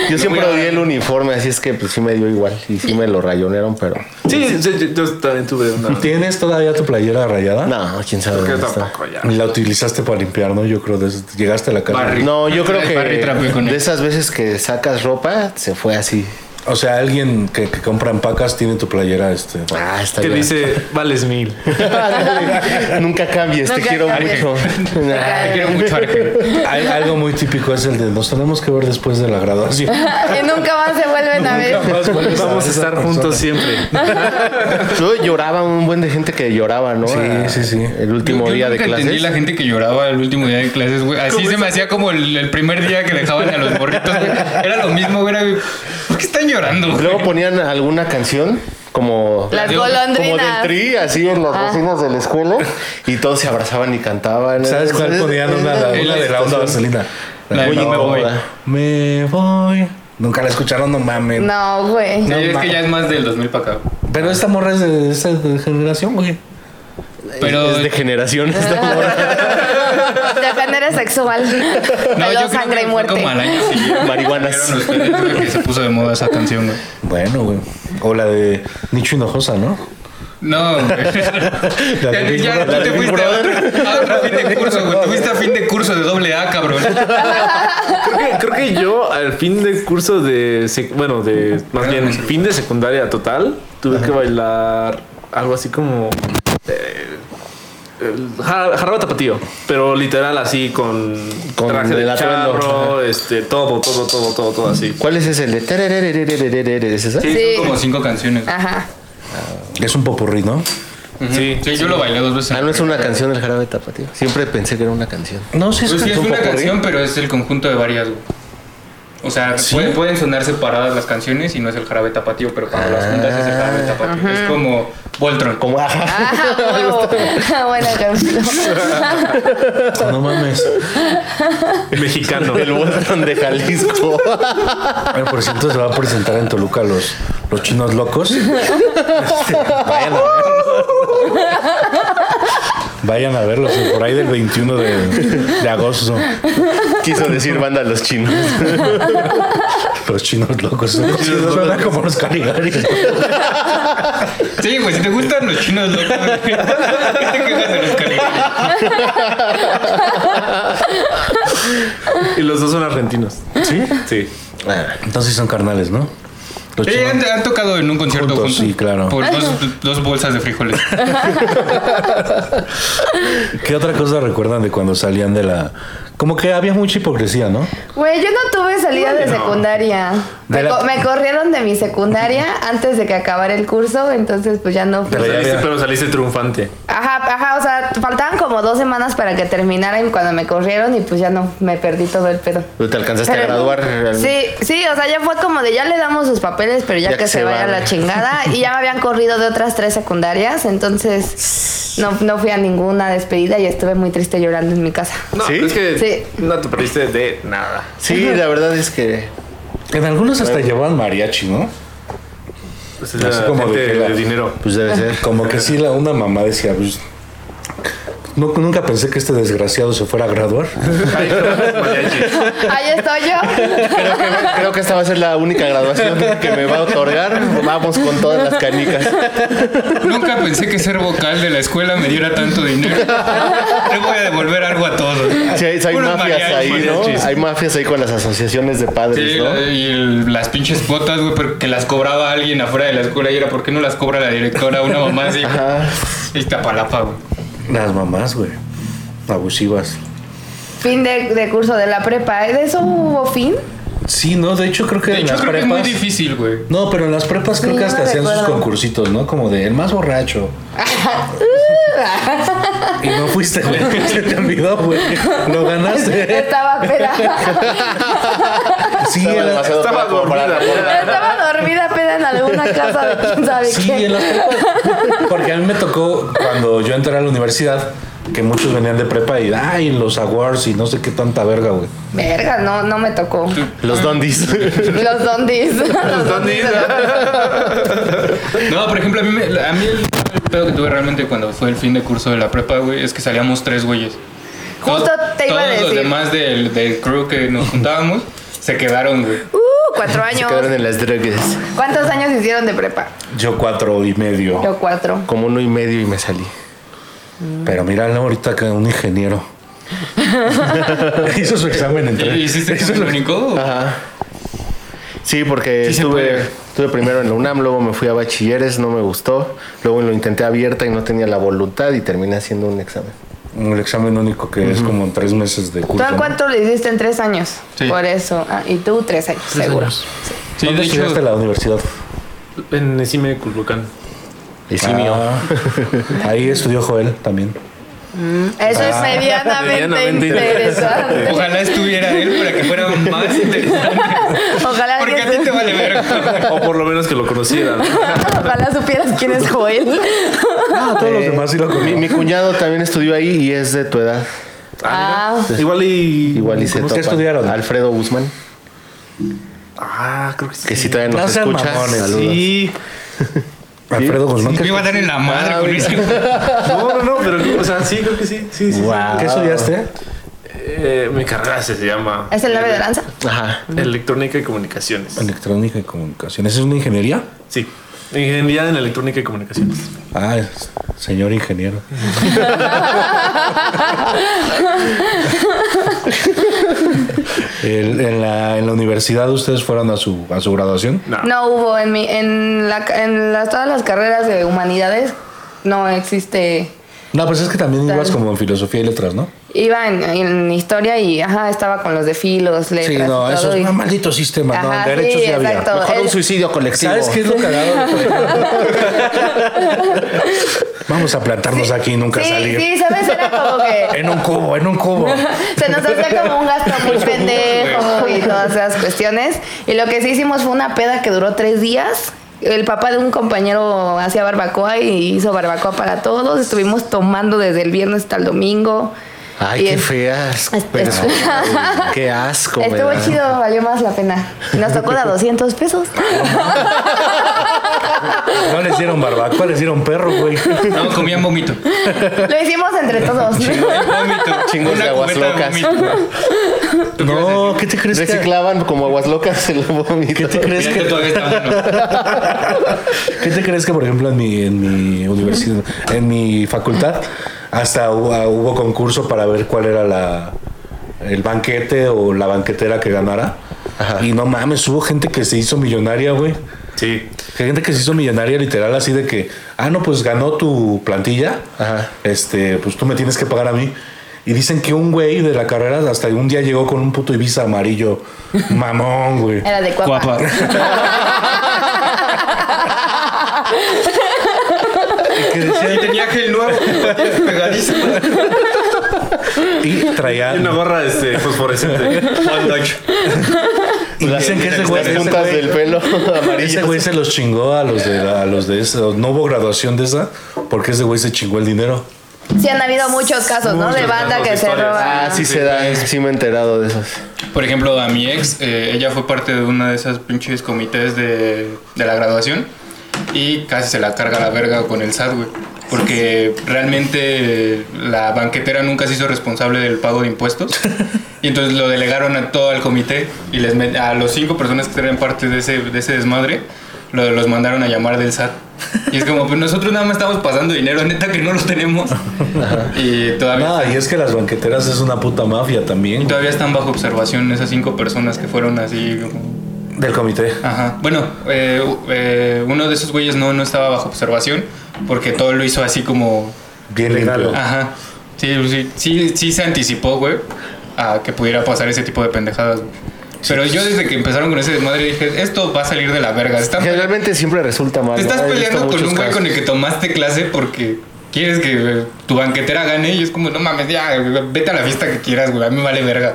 Yo siempre
voy a-
odié el uniforme, así es que pues sí me dio igual. Y sí me lo rayonearon, pero...
(laughs) Sí, sí, yo, yo también tuve una.
¿Tienes todavía tu playera rayada?
No, quién sabe
Yo
dónde está.
tampoco ya.
La utilizaste para limpiar, ¿no? Yo creo, desde- llegaste a la casa.
Barri.
No, yo creo que
Barry trapeó con él.
de esas veces que sacas ropa, se fue así.
O sea, alguien que, que compra en pacas tiene tu playera, este.
Ah, está
Que
bien.
dice, vales mil.
(laughs) Nunca cambies, te
Nunca
quiero
cambies.
mucho.
(laughs) Te quiero mucho, Arge.
Hay- algo muy típico es el de nos tenemos que ver después de la graduación.
Y nunca más se vuelven a ver.
Vamos a estar juntos siempre.
Yo lloraba, un buen de gente que lloraba, ¿no?
Sí,
A-
sí, sí.
El último
Yo- yo
día de
nunca entendí
clases.
la gente que lloraba el último día de clases, güey. Así se me hacía como el, el primer día que dejaban a los morritos, güey. Era lo mismo, güey. era, güey, ¿Por qué están llorando, güey?
Luego ponían alguna canción como
Las
Como
como
golondrinas.
del tri, así en las
Ah.
bocinas de la escuela y todos se abrazaban y cantaban.
(laughs) ¿Sabes cuál ponían? Una, la- una de la onda vaselina.
La de
Muy
No me voy.
incómoda.
Me voy. Nunca la escucharon, no mames.
No, güey.
Sí, es
ma-
que ya es más del 2000 para acá.
Pero esta morra es de esa generación, güey.
Pero
Es de generación esta morra.
De manera sexual.
(laughs) no,
Peló
yo creo
sangre
que
y
fue
muerte.
como al año
(laughs)
siguiente.
Marihuanas.
Fueron ustedes, güey, que se puso de moda esa canción, güey.
Bueno, güey. O la de Nicho Hinojosa, ¿no?
No, güey.
La
Ya,
de Big
ya,
Brother.
tú te fuiste a otro, a otro fin de curso, güey. Tuviste a fin de curso de doble A, cabrón.
Creo que, creo que yo al fin de curso de. sec- Bueno, de. Más bien, fin de secundaria total, tuve que bailar algo así como. eh, el jar- Jarabe tapatío, pero literal así con,
Con
traje
el
de
atuendo.
charro, este, todo, todo, todo, todo, todo así.
¿Cuál es ese? El de tererererererere, ¿Es esa?
Sí,
Sí. Ah.
Como cinco canciones. (laughs)
Ajá.
Es un popurrí, ¿no?
Ujú.
sí,
Sí, yo lo bailé dos veces.
Ah, no es una canción del jarabe tapatío. Siempre pensé que era una canción.
No, sí,
Pues sí, es
un
una
popurrí.
canción, pero es el conjunto de varias, güey. O sea, pueden, pueden sonar separadas las canciones y no es el jarabe tapatío, pero cuando las juntas es el jarabe tapatío. Es como Voltron.
Como, ajá.
Ah, huevo. Ah, Buena canción.
No mames.
Mexicano.
El Voltron de Jalisco.
Bueno, por cierto, se va a presentar en Toluca los, los chinos locos. Este, vayan a verlos. Vayan a verlos por ahí del 21 de, de agosto.
Quiso decir banda los chinos.
Los chinos locos. Los chinos suenan como los caligaris.
Sí, güey, si te gustan los chinos locos, güey, ¿qué te quejas de los caligaris?
Y los dos son argentinos.
¿Sí?
Sí.
Entonces son carnales, ¿no? Los
Sí, han,
chinos.
han tocado en un concierto
Juntos,
juntos.
sí, claro.
Por dos, dos bolsas de frijoles.
¿Qué otra cosa recuerdan de cuando salían de la... Como que había mucha hipocresía, ¿no?
Güey, yo no tuve salida de secundaria.
De
Me,
la-
co- me corrieron de mi secundaria antes de que acabara el curso, entonces pues ya no fui.
Pero
Pero ya
saliste,
había-
pero saliste triunfante.
Ajá, ajá, o sea, faltaban como dos semanas para que terminara y cuando me corrieron y pues ya no, me perdí todo el pedo.
Pero te alcanzaste a
Pero-
graduar realmente.
Sí, sí, o sea, ya fue como de ya le damos sus papeles, pero ya, que, se, vaya
va.
la chingada. Y ya me habían corrido de otras tres secundarias, entonces no, no fui a ninguna despedida y estuve muy triste llorando en mi casa.
No,
¿Sí?
pero es que
Sí.
no te perdiste de nada.
Sí. la verdad es que
En algunos hasta llevaban mariachi, ¿no?
Pues
Así
es
como
como
de
de,
que la-
dinero.
pues debe ser.
Como que sí, la, una mamá decía, pues, "Nu- nunca pensé que este desgraciado se fuera a graduar.
Ay, mariachi.
Ahí estoy yo.
Creo que, creo que esta va a ser la única graduación que me va a otorgar. Vamos con todas las canicas.
Nunca pensé que ser vocal de la escuela me diera tanto dinero. Le voy a devolver algo a todos.
Sí, hay, hay
Puro
mafias
mariachi,
ahí,
mariachis.
¿no? Hay mafias ahí con las asociaciones de padres,
Sí,
¿no?
la- y el- las pinches botas, güey, pero que las cobraba alguien afuera de la escuela y era, ¿por qué no las cobra la directora? Una mamá así. Y tapalapa, güey.
Las mamás, güey. Abusivas.
Fin de, de curso de la prepa. ¿eh? ¿De eso hubo fin?
Sí, no, de hecho creo que
De
en
hecho,
las
creo que es
prepas.
muy difícil, güey.
no, pero en las prepas creo
Sí,
que
no
hasta
me
hacían sus
recuerdo.
concursitos, ¿no? Como de el
(laughs)
más borracho. y no fuiste, güey. (laughs) Se te olvidó, güey. Lo ganaste.
Estaba peda.
Sí, en, la-
Estaba
como para-
dormida.
Estaba dormida peda en alguna casa de quién sabe
Sí,
qué.
en las prepas. Porque a mí me tocó cuando yo entré a la universidad que muchos venían de prepa y ay, los awards y no sé qué tanta verga, güey.
Verga, no, no me (laughs) tocó.
Los dondis.
Los dondis. Los dondis.
No, por ejemplo, a mí, me- a mí el, el pedo que tuve realmente cuando fue el fin de curso de la prepa, güey, es que salíamos tres güeyes.
Justo
Todos-
te iba a
todos
decir.
los demás del, del crew que nos juntábamos se quedaron, güey.
Uh, cuatro
(laughs) Se
años.
quedaron en las drogas.
¿Cuántos años hicieron de prepa?
Yo cuatro y medio.
Yo cuatro.
Como uno y medio y me salí.
Pero míralo ahorita que un (laughs) ingeniero. Hizo su examen en
¿Y
tres.
¿Hiciste
Hizo
que
lo-
único?
Ajá. Sí, porque
Sí se
estuve,
puede.
estuve primero en la UNAM, luego me fui a bachilleres, no me gustó. Luego lo intenté abierta y no tenía la voluntad y terminé haciendo un examen.
El examen único que es como en tres meses de
¿Tú
curso.
en
¿no?
cuánto le hiciste en tres años?
Sí.
Por eso. Ah, y tú tres años, seguro.
Sí,
¿Dónde
de hecho,
estudiaste la universidad?
En Necime Culhuacán.
Y sí, mío.
Ah, ahí estudió Joel también.
Eso es medianamente,
medianamente
interesante.
ojalá estuviera él para que
(laughs)
fuera más interesante.
Ojalá,
Porque a ti te vale ver.
O por lo menos que lo conocieran.
(laughs) ojalá supieras quién es Joel.
Ah, todos los demás sí lo
Eh, Mi,
comí.
mi cuñado también estudió ahí y es de tu edad.
Ah,
Igual y.
Igual y se
¿Cómo es
topan.
que estudiaron?
Alfredo Guzmán,
Ah, creo que sí.
que si todavía
No
nos
sean
escuchas.
mamones.
saludos.
Sí.
Alfredo Guzmán.
Me
¿qué,
iba a dar en la madre
Ah,
con
mira.
eso.
No, no, no, pero. O sea, sí, creo que sí. Sí, sí. sí.
Guau.
qué estudiaste?
Eh, mi carrera se llama.
¿es el 9 de lanza?
Ajá.
Electrónica y comunicaciones.
Electrónica y comunicaciones. ¿Es una ingeniería?
Sí. Ingeniería en electrónica y comunicaciones.
Ah, es- señor ingeniero. El- en, la, en la universidad ustedes fueron a su, a su graduación.
No.
No hubo en mi, en la, en las- todas las carreras de humanidades no existe.
No, pues es que también
Tal.
ibas como en filosofía y letras, ¿no?
Iba en, en historia y ajá, estaba con los de filos, letras.
sí, no,
y todo,
esos
y-
no, malditos sistemas, no,
Ajá,
en derechos
sí,
ya había.
exacto.
Mejor
El-
un suicidio colectivo.
¿Sabes qué es lo (laughs) cagado? Vamos a plantarnos aquí y nunca
sí,
salir.
sí, ¿sabes? Era como
(laughs)
que
En un cubo, en un cubo.
se nos hacía como un gasto muy pendejo y todas esas cuestiones. Y lo que sí hicimos fue una peda que duró tres días el papá de un compañero hacía barbacoa y hizo barbacoa para todos. Estuvimos tomando desde el viernes hasta el domingo.
Ay,
Y
qué
es- (laughs)
feas.
es-
personas, güey. qué asco. me
Estuvo
da.
chido, valió más la pena. Y Nos tocó de a 200
(laughs)
pesos.
No les dieron barbacoa, les dieron perro, güey.
No, comían vómito.
Lo hicimos entre todos.
Vómito.
Chingos
Una
de aguas
cubeta
locas.
vómito. ¿Tú qué ibas a
No,
decir?
¿qué te crees que,
Reciclaban como aguas locas (laughs) el vómito.
¿qué te crees
Mira
que
que todavía está bueno.
(laughs) ¿Qué te crees que, por ejemplo, en mi, en mi universidad, en mi facultad, hasta hu- ah, hubo concurso para ver cuál era la el banquete o la banquetera que ganara? Y no mames, hubo gente que se hizo millonaria, güey.
Sí.
Gente que se hizo millonaria literal así de que, ah, no, pues ganó tu plantilla,
Ajá.
este, pues tú me tienes que pagar a mí. Y dicen que un güey de la carrera hasta un día llegó con un puto Ibiza amarillo,
(laughs)
(laughs)
mamón, güey.
Era de cuapa.
Guapa.
Que decía-
Y tenía gel nuevo. (laughs) Pegadísimo.
y traía...
Y una gorra
(laughs)
este, fosforescente. One Dutch.
Y dicen que ese güey,
pues, Las
ese
puntas
güey-
del pelo
(laughs) Ese
amarillas.
güey se los chingó a los de a los de eso. No hubo graduación de esa porque ese güey se chingó el dinero.
Sí, han habido muchos casos, ¿no? De
Muchos
banda
casos,
que se
historias.
roba.
Ah, sí se da, sí me he enterado de esos.
Por ejemplo, a mi ex, eh, ella fue parte de una de esas pinches comités de, de la graduación y casi se la carga la verga con el SAT, güey. Porque realmente eh, la banquetera nunca se hizo responsable del pago de impuestos. Y entonces lo delegaron a todo el comité y les met- a los cinco personas que eran parte de ese, de ese desmadre lo- los mandaron a llamar del SAT. Y es como, pues nosotros nada más estamos pasando dinero, neta que no lo tenemos. Y
Ah,
todavía
Nada, y es que las banqueteras es una puta mafia también
y
güey,
todavía están bajo observación esas cinco personas que fueron así. como-
del comité.
Ajá. Bueno, eh, u- eh, uno de esos güeyes no, no estaba bajo observación porque todo lo hizo así como.
Bien
Regalo.
limpio.
Ajá. Sí, pues sí, sí, sí se anticipó, güey, a que pudiera pasar ese tipo de pendejadas. güey. Pero
pues
yo desde que empezaron con ese desmadre dije, esto va a salir de la verga. Están-
Generalmente siempre resulta mal.
te
¿no?
estás
He visto
peleando con
muchos
un güey
casos.
con el que tomaste clase porque quieres que eh, tu banquetera gane y es como, no mames, ya, vete a la fiesta que quieras, güey, a mí me vale verga.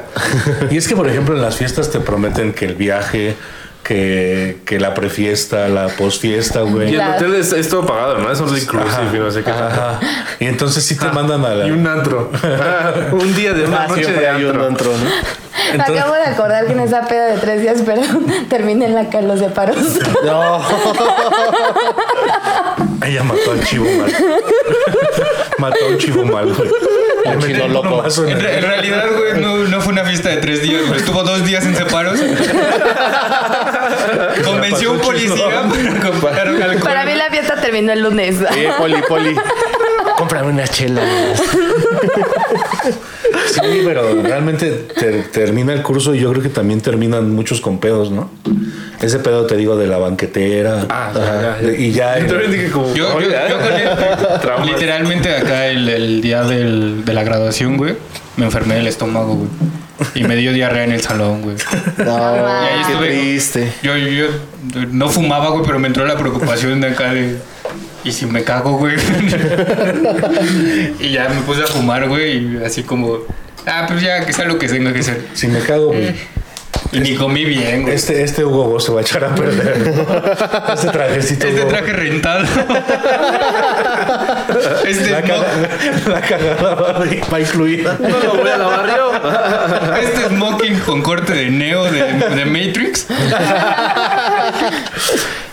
Y es que, por ejemplo, en las fiestas te prometen que el viaje, que, que la prefiesta, la posfiesta,
Y
güey.
el
Claro.
hotel es, es todo pagado, ¿no? Es all inclusive y no sé qué.
Ajá. Y entonces sí te mandan a la.
Y
(laughs)
un antro. Ah, un día de una
Ah,
noche
siempre
de
hay un
antro.
antro, ¿no?
Me
Entonces-
acabo de acordar que en esa peda de tres días, pero (laughs) terminé en la Carlos de Paros.
(laughs) Ella mató al chivo mal. (laughs) mató a un chivo mal, güey. Le
Un chino
metió un
loco.
plomazo en
En,
el-
re- en realidad, güey, no, no fue una fiesta de tres días, güey. Estuvo dos días en separos. Convenció a un policía para comprar un alcohol.
Para mí la fiesta terminó el lunes.
Eh, poli, poli. Cómprame una chela.
Sí, pero realmente te- termina el curso y yo creo que también terminan muchos con pedos, ¿no? Ese pedo te digo de la banquetera.
Ah,
Ajá.
ya, ya.
Y ya.
Yo también dije como.
Yo, yo,
oiga,
yo con él,
Traumas.
literalmente acá el, el día del- de la graduación, güey, me enfermé del estómago, güey. Y me dio diarrea en el salón, güey.
No,
Y ahí
qué
estuve.
triste.
Yo, yo, yo no fumaba, güey, pero me entró la preocupación de acá de... ¿Y si me cago, güey? (laughs) y ya me puse a fumar, güey, y así como... Ah, pues ya, que sea lo que tenga que ser.
Si me cago, güey.
Y ni comí bien, güey.
Este, este Hugo Boss se va a echar a perder. ¿no? Este trajecito.
Este
Hugo
traje (laughs) rentado.
Boss.
este,
La,
smoking,
caga- la cagada va, va incluida.
No lo voy a lavar yo.
este smoking con corte de neo de, de Matrix.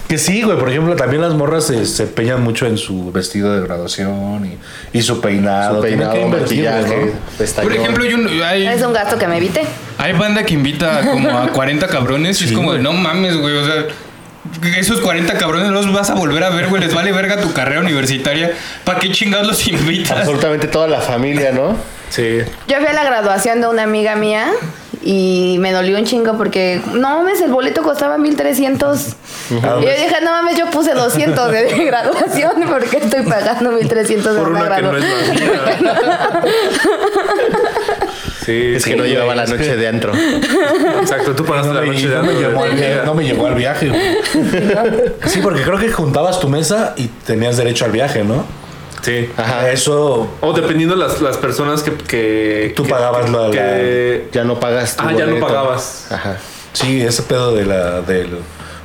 Que sí, güey. Por ejemplo, también las morras se, se empeñan mucho en su vestido de graduación y, y su peinado.
Su
Tienen que
peinado,
invertirle,
maquillaje,
¿no?
pestañón.
Por ejemplo, yo, no- hay,
Es un gasto que me evité.
hay banda que invita como a 40 cabrones y es como de no mames, güey. O sea, esos 40 cabrones los vas a volver a ver, güey. Les vale verga tu carrera universitaria. ¿Para qué chingados los invitas?
Absolutamente toda la familia, ¿no?
Sí.
Yo fui a la graduación de una amiga mía y me dolió un chingo porque, no mames, el boleto costaba 1300. Y yo dije, no mames, yo puse 200 de (laughs) graduación porque estoy pagando 1300 de
Por una que no
graduación.
es la mía. (laughs) Sí,
Es
sí,
que no
güey,
llevaba la
es
noche
que-
de antro.
Exacto, tú pagaste
No
la
me,
noche de
no me
antro.
llevó al
güey.
viaje, no me llevó al viaje,
(laughs)
güey. Sí, porque creo que juntabas tu mesa y tenías derecho al viaje, ¿no?
Sí.
Ajá.
Eso
O dependiendo las, las personas que, que
Tú
que-
pagabas la-
que-
Ya no pagas tu
Ah, ya no
boleto.
pagabas.
Ajá.
Sí, ese pedo de la del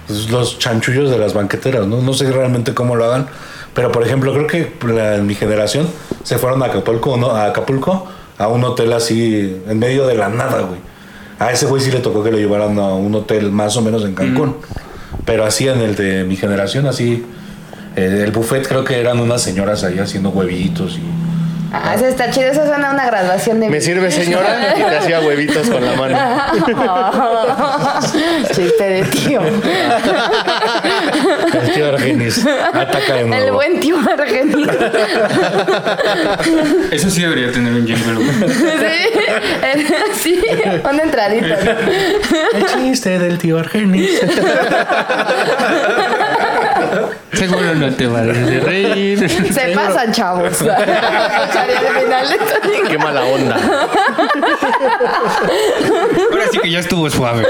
pues, los chanchullos de las banqueteras, ¿no? No sé realmente cómo lo hagan, pero por ejemplo, creo que la- mi generación se fueron a Acapulco, ¿no? A Acapulco, a un hotel así, en medio de la nada, güey. A ese güey sí le tocó que lo llevaran a un hotel más o menos en Cancún, pero así en el de mi generación, así. eh, el buffet creo que eran unas señoras ahí haciendo huevitos y...
Ah, eso está chido, eso suena a una graduación de
¿Me sirve, señora? Y te hacía huevitos con la mano.
(laughs) Chiste de tío.
El tío Argenis ataca de nuevo.
El buen tío argentino.
Eso sí debería tener un jingle. güey.
Sí, sí, (laughs) una entradita. ¿no?
El chiste del tío Argenis.
Seguro no te va a reír.
Se pasan, chavos.
(laughs)
Escucharía el final de-
Qué mala onda.
Ahora sí que ya estuvo suave.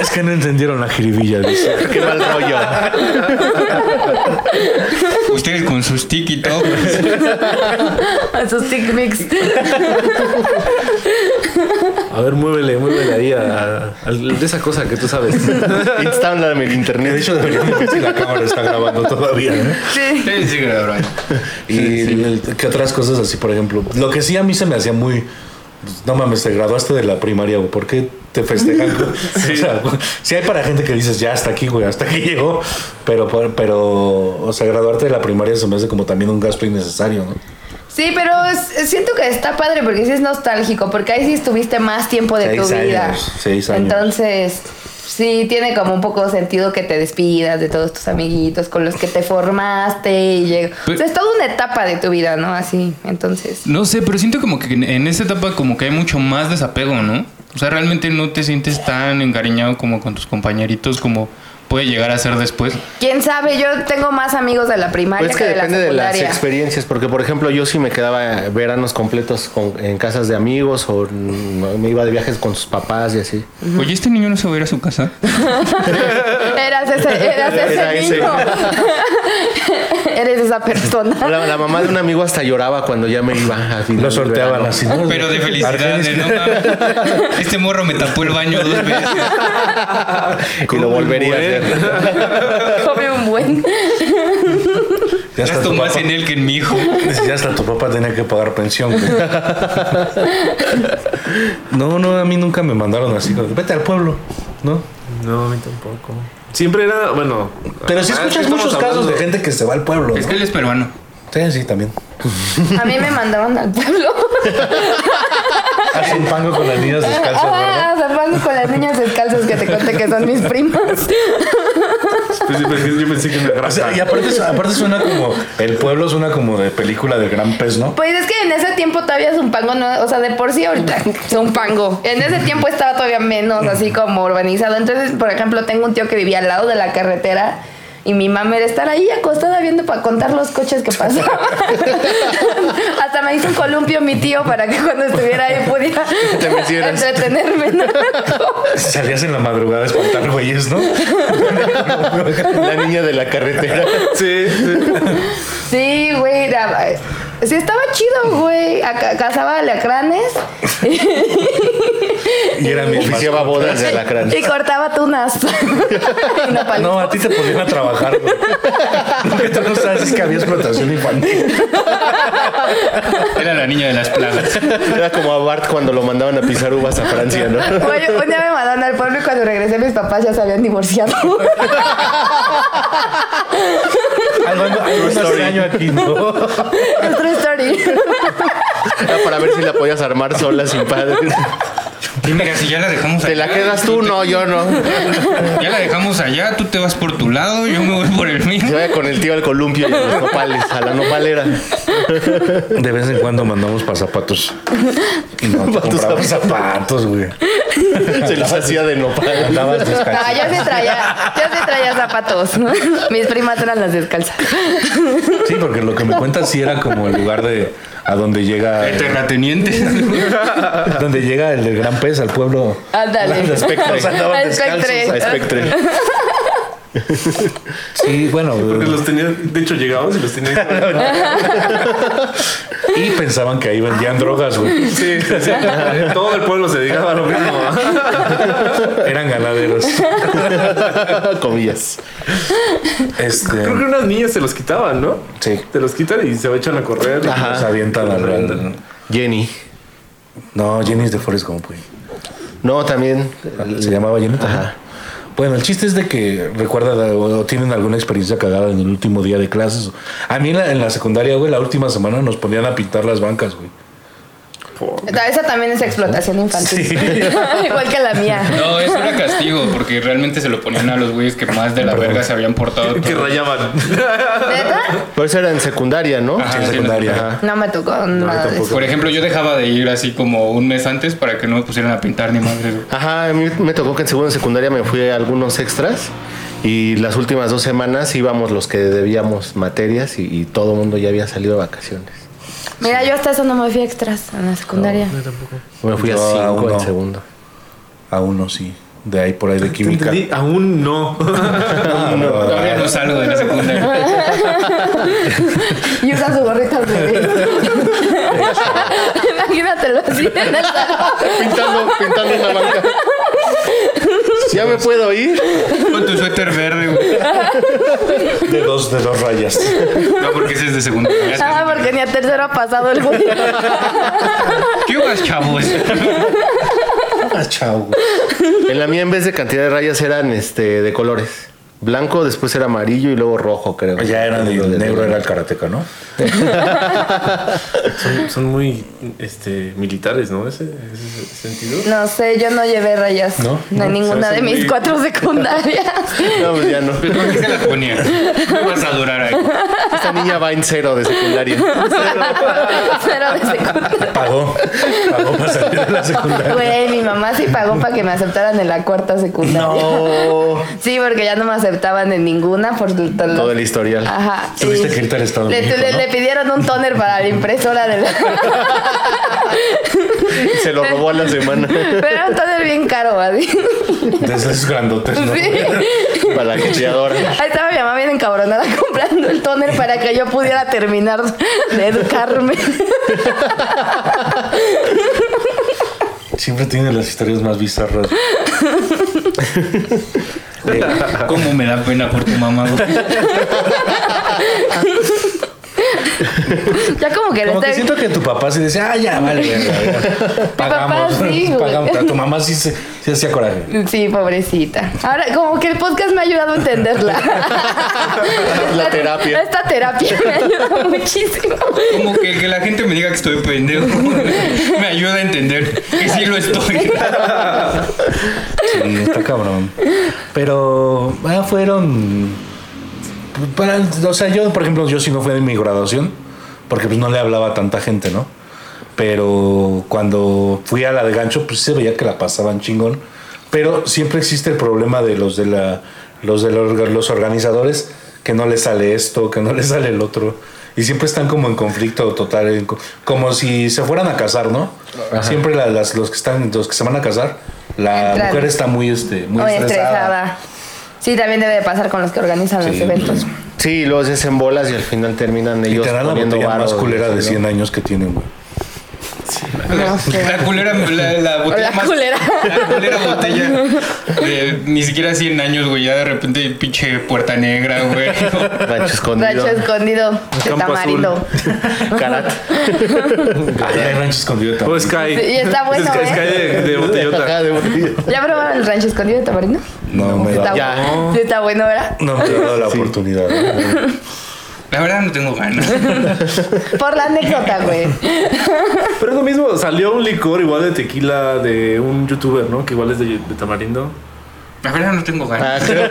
Es que no entendieron la jiribilla, dice.
Qué mal rollo.
Ustedes con sus tiki (laughs) top.
A sus stick mix.
A ver, muévele, muévele ahí a, a- de esa cosa que tú sabes.
Instándame el internet.
De hecho, deberían de ver si la cámara está grabando todavía, ¿eh?
Sí.
Sí, sí, claro,
Y el- qué otras cosas así, por ejemplo. Lo que sí a mí se me hacía muy... No mames, te graduaste de la primaria, güey. ¿Por qué te
(laughs)
festejan? O sea, sí hay para gente que dices, ya hasta aquí, güey, hasta aquí llegó. Pero, por- pero, o sea, graduarte de la primaria se me hace como también un gasto innecesario, ¿no?
Sí, pero es- siento que está padre porque sí es nostálgico, porque ahí sí estuviste más tiempo de
Seis
tu vida.
años, seis años.
Entonces, sí tiene como un poco sentido que te despidas de todos tus amiguitos con los que te formaste y lleg-
Pero-
o sea, es toda una etapa de tu vida, ¿no? Así, entonces.
No sé, pero siento como que en- en esa etapa como que hay mucho más desapego, ¿no? O sea, realmente no te sientes tan encariñado como con tus compañeritos como puede llegar a ser después.
¿Quién sabe? Yo tengo más amigos de la primaria
Pues es que
de la
depende de, las
secundaria.
experiencias, porque por ejemplo yo sí me quedaba veranos completos con- en casas de amigos o mm, me iba de viajes con sus papás y así.
Oye, ¿este niño no se va a ir a su casa?
Eras ese, eras ese
Era ese. (laughs)
niño. Eres esa persona.
La, la mamá de un amigo hasta lloraba cuando ya me iba. a final
Lo
del
sorteaban
verano.
así, ¿no?
Pero de felicidad,
Argenis-
de no mames, Este morro me tapó el baño dos veces.
Y lo volvería a hacer.
Come un buen.
Ya está
Gasto
tu
más
papá.
en él que en mi hijo.
Dices, Ya hasta tu papá tenía que pagar pensión. güey". No, no, a mí nunca me mandaron así. como, Vete al pueblo, ¿no?
(laughs) No, a mí tampoco. Siempre era, bueno.
Pero sí
ah,
escuchas
es que
muchos
estamos
casos
hablando-
de gente que pues, se va al pueblo.
Es
¿no?
que él es peruano.
Sí, sí, también.
A mí me mandaron al pueblo.
Hace un pango con las niñas descalzas, ¿verdad?
Ah, zapando con las niñas descalzas que te conté que son mis primas.
Pues sí, pues, yo pensé que me
O sea,
grasa.
y aparte, aparte suena como. El pueblo suena como de película de gran pez, ¿no?
Pues es que en ese tiempo todavía es un pango, no, o sea, de por sí ahorita es un pango. En ese tiempo estaba todavía menos así como urbanizado. Entonces, por ejemplo, tengo un tío que vivía al lado de la carretera y mi mamá era estar ahí acostada viendo para contar los coches que pasaban. (laughs) Hasta me hizo un columpio mi tío para que cuando estuviera ahí pudiera
Te metieras.
entretenerme. ¿no?
Salías en la madrugada a espantar güeyes, ¿no?
La niña de la carretera.
Sí, sí.
Sí, güey. era- eh, Sí, estaba chido, güey. Aca- Cazaba alacranes
Y era mi
Oficiaba bodas de alacrán.
y cortaba
(laughs)
tunas. Y nopalitos.
No, a ti te ponían a trabajar, güey. Lo que tú no sabes es que había explotación infantil.
Era la niña de las plagas.
Era como a Bart cuando lo mandaban a pisar uvas a Francia, ¿no?
Güey, un día me mandaron al pueblo y cuando regresé mis papás ya se habían divorciado.
Algo ando- algo ando extraño aquí, ¿no?
Es (laughs) true story.
Era para ver si la podías armar sola sin padre.
(laughs)
Mira, si ya la dejamos allá.
¿Te la quedas tú? No, yo no.
Ya la dejamos allá, tú te vas por tu lado, yo me voy por el mío.
Se vaya con el tío al columpio y a los nopales, a la nopalera.
De vez en cuando mandamos para zapatos. Y no, te comprabas zapatos, güey.
Se los hacía de nopal.
Andabas
Ah,
descalzo.
yo sí traía, yo sí traía zapatos. ¿no? Mis primas eran las descalzas.
Sí, porque lo que me cuentas sí era como el lugar de a donde llega
El terrateniente.
donde llega el del gran pez al pueblo.
Ándale.
Al espectre.
Al
Andaban
espectre.
descalzos.
A espectre.
Sí, bueno, (laughs)
Porque los tenía, de hecho llegábamos y los tenía.
Y pensaban que ahí vendían drogas, güey.
Sí, sí, sí. Todo el pueblo se dedicaba a lo mismo.
Eran ganaderos. (laughs)
Comillas.
Este,
Creo que unas niñas se los quitaban, ¿no?
sí,
Te los quitan y se echan a correr.
Ajá.
los avientan al- al-
Jenny.
No, Jenny es de Forrest Gump, güey.
No, también.
Se llamaba Jenny. Ajá. Bueno, el chiste es de que recuerda o tienen alguna experiencia cagada en el último día de clases. A mí en la, en la secundaria, güey, la última semana nos ponían a pintar las bancas, güey.
Esa también es explotación infantil. (laughs) Igual que la mía.
No, eso era castigo, porque realmente se lo ponían a los güeyes que más de la verga se habían portado.
Que rayaban.
¿Neta?
Pero esa era en secundaria, ¿no?
Ajá,
en
sí,
secundaria.
Ah, Ajá.
No me tocó nada de eso.
Por ejemplo, yo dejaba de ir así como un mes antes para que no me pusieran a pintar ni más.
Ajá, a mí me tocó que en segundo de secundaria me fui a algunos extras y las últimas dos semanas íbamos los que debíamos materias y, y todo el mundo ya había salido de vacaciones.
Mira, yo hasta eso no me fui a extras en la secundaria.
Me fui a
Yo aún
cinco
no.
en segundo.
A uno, sí. De ahí por ahí de química.
Entendí, Aún no.
Ah, no,
Todavía no salgo de la secundaria.
Y usa su gorrita al revés. (laughs) Imagínatelo así en el salón.
Pintando, pintando en la banca. ¿Ya me puedo ir?
Con tu suéter verde, güey.
De dos, de dos rayas.
No, porque ese es de segundo.
Ah, porque ni a tercero ha pasado el güey.
¿Qué más, chavos?
Ah, chao, güey.
En la mía en vez de cantidad de rayas eran este de colores. Blanco, después era amarillo y luego rojo, creo.
Ya era de,
Lo de-
negro, era el karateca, ¿no?
Son, son muy este, militares, ¿no? Ese, ese sentido.
No sé, yo no llevé rayas.
No,
No, ninguna
se hace
de
muy-
mis cuatro
(laughs)
secundarias.
No, pues ya no.
Pero ¿por qué se la ponía? No vas a durar ahí.
Esta niña va en cero de secundaria.
Cero de secundaria.
Pagó. Pagó para salir de la secundaria.
Güey, mi mamá sí pagó para que me aceptaran en la cuarta secundaria.
No.
Sí, porque ya no me aceptaban en ninguna por todo,
Todo el historial.
Ajá.
Tuviste
y-
que irte al Estado de
le,
México,
le-
¿no?
le pidieron un toner para la impresora de la... (laughs)
Se lo robó a la semana
(laughs) Pero era un toner bien caro, así.
Desde esos grandotes, ¿no?
Sí.
para la copiadora.
Ahí estaba mi mamá bien encabronada (laughs) comprando el tóner para que yo pudiera terminar de educarme. (laughs)
Siempre tiene las historias más
(laughs)
bizarras.
¿Cómo me da pena por tu mamá? güey?
Ya como que le
Como que
estoy-
siento que tu papá se dice, ah, ya, vale,
(laughs)
verga, ya. pagamos.
papá
(laughs)
sí, güey.
pagamos. Pero tu mamá sí, se- sí hacía coraje.
Sí, pobrecita. Ahora, como que el podcast me ha ayudado a entenderla.
La terapia.
Esta terapia me ayuda muchísimo.
Como que, que la gente me diga que estoy pendejo. Me ayuda a entender que sí lo estoy.
Sí, está
(laughs)
cabrón. Pero ah, fueron. para- o sea, yo, por ejemplo, yo sí no fui de mi graduación, porque pues no le hablaba a tanta gente, ¿no? Pero cuando fui a la de gancho, pues se veía que la pasaban chingón. Pero siempre existe el problema de los de la. los de la orga- los organizadores que no les sale esto, que no les sale el otro. Y siempre están como en conflicto total, en co- como si se fueran a casar, ¿no? Siempre la- las, los que están, los que se van a casar, la
Entran.
mujer está muy, este, muy
Muy
estresada.
estresada. Sí, también debe de pasar con los que organizan los
Sí.
eventos.
Sí, los desembolas y al final terminan
Y
ellos
te dan la
poniendo
botella
varos,
más culera
¿no?
de 100 años que tienen, güey.
No sé.
La culera, la, la botella
La
más-
culera.
(laughs) La culera botella. de ni siquiera 100 años, güey. Ya de repente, pinche puerta negra, güey.
Rancho escondido.
Racho escondido de
Campo
tamarindo.
Carat.
Ahí hay rancho escondido
O
también.
Oh, Sky.
Sí, está bueno,
Sky,
¿eh?
Sky de, de botellota.
Ajá, de botella.
¿Ya probaron el rancho escondido de tamarindo?
no, me
Está
da,
Ya.
bueno. Sí, está bueno, ¿verdad?
no me ha dado la
Sí.
oportunidad. güey.
La verdad, no tengo ganas.
Por la anécdota, güey.
Pero es lo mismo, salió un licor igual de tequila de un youtuber, ¿no? Que igual es de, de tamarindo.
La verdad, no tengo
Ah,
ganas.
creo,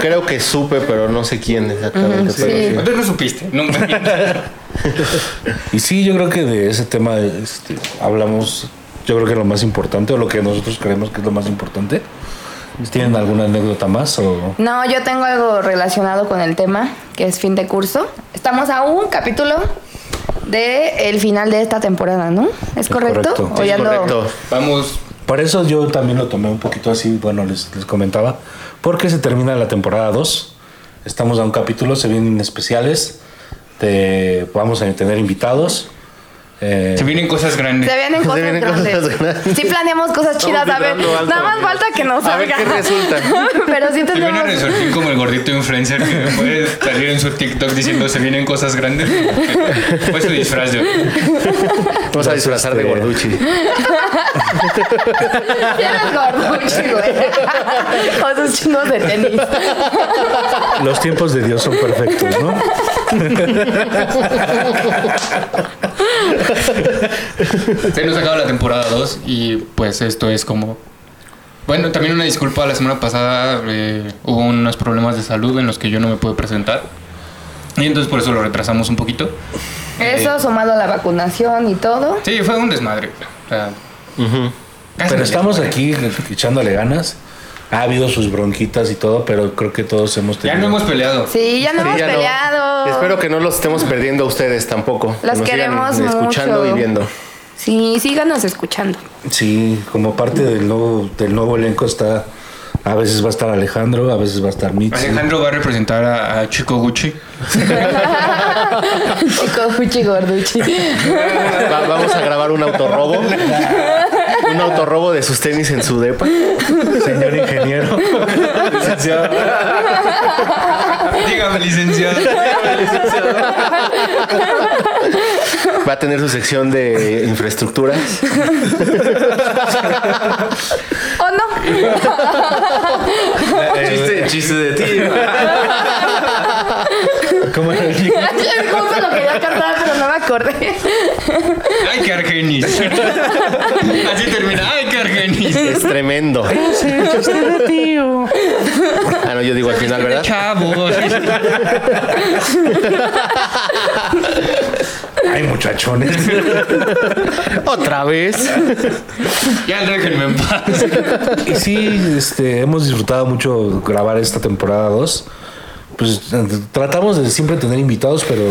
creo que supe, pero no sé quién exactamente.
Ujú,
pero
sí.
sí.
Tú no supiste. No me
Y sí, yo creo que de ese tema este, hablamos, yo creo que lo más importante, o lo que nosotros creemos que es lo más importante. ¿Tienen alguna anécdota más? O...
No, yo tengo algo relacionado con el tema, que es fin de curso. Estamos a un capítulo de el final de esta temporada, ¿no? ¿Es correcto?
correcto.
¿O
Sí,
ya
es
ando-
correcto.
Vamos.
Por eso yo también lo tomé un poquito así, bueno, les, les comentaba, porque se termina la temporada 2, estamos a un capítulo, se vienen especiales, te- vamos a tener invitados Eh,
Se vienen cosas grandes.
Se vienen cosas
vienen cosas
grandes.
grandes.
Sí planeamos cosas chidas, a ver.
vibrando alto,
Nada más
amigos.
falta que nos
A ver
salga.
qué resulta.
(laughs) Pero sí
Se viene a
tenemos.
resurgir como el gordito influencer que puede salir en su TikTok diciendo se vienen cosas grandes. Fue su disfraz de
Vamos a disfrazar de
este-
gorduchi.
Tienes
(laughs)
gorduchi, güey. (laughs) O sus chingos de tenis.
los tiempos de Dios son perfectos, ¿no?
Se nos acaba la temporada 2 y pues esto es como... Bueno, también una disculpa, la semana pasada eh, hubo unos problemas de salud en los que yo no me pude presentar. Y entonces por eso lo retrasamos un poquito.
Eso sumado a la vacunación y todo.
Sí, fue un desmadre. o sea, casi
Pero
me
estamos
desmadre.
aquí echándole ganas. Ha habido sus bronquitas y todo, pero creo que todos hemos tenido.
Ya no hemos peleado.
Sí, ya no hemos
ya no.
peleado.
Espero que no los estemos perdiendo a ustedes tampoco. Que
Las
nos sigan
queremos
escuchando
mucho.
y viendo.
Sí, síganos
(laughs)
escuchando.
Sí, como parte del nuevo, del nuevo elenco está. A veces va a estar Alejandro, a veces va a estar Mitzi.
Alejandro va a representar a, a Chico Gucci.
Chico Fuchi Gorduchi.
Va- vamos a grabar un autorrobo. Un autorrobo de sus tenis en su depa.
(laughs) Señor ingeniero.
Dígame, licenciado.
Va a tener su sección de infraestructuras.
¿O no? (laughs)
Chiste, chiste de ti.
(laughs) ¿Cómo era el jingle?
Es justo lo quería cantar, pero no me acordé.
¡Ay, qué argenis! Así termina. ¡Ay, qué argenis!
Es tremendo. Ah, no, yo digo al final, ¿verdad?
Chavos.
Ay, muchachones.
Otra vez.
Ya déjenme en paz.
Y sí, este, hemos disfrutado mucho grabar esta temporada 2. Pues tratamos de siempre tener invitados, pero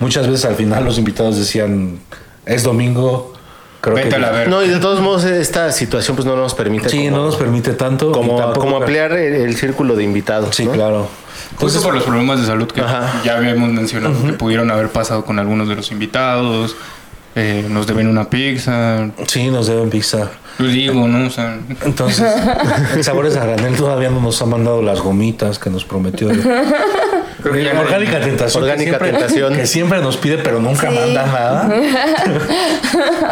muchas veces al final los invitados decían, es domingo, creo
Vete
que...
a la verga.
No, y de todos modos, esta situación pues no nos permite
Sí,
como,
no nos permite tanto. y
como,
tampoco-
como ampliar el, el círculo de invitados.
Sí,
¿no?
claro.
Justo por los problemas de salud que
Ajá.
ya habíamos mencionado que pudieron haber pasado con algunos de los invitados. Eh, nos deben una pizza.
Sí, nos deben pizza.
Yo digo, ¿no? O sea, (laughs)
Entonces, el Sabores a Granel todavía no nos ha mandado las gomitas que nos prometió.
creo que ya no-
Orgánica Tentación. que
Orgánica
siempre-
Tentación.
Que siempre nos pide, pero nunca
Sí.
manda nada.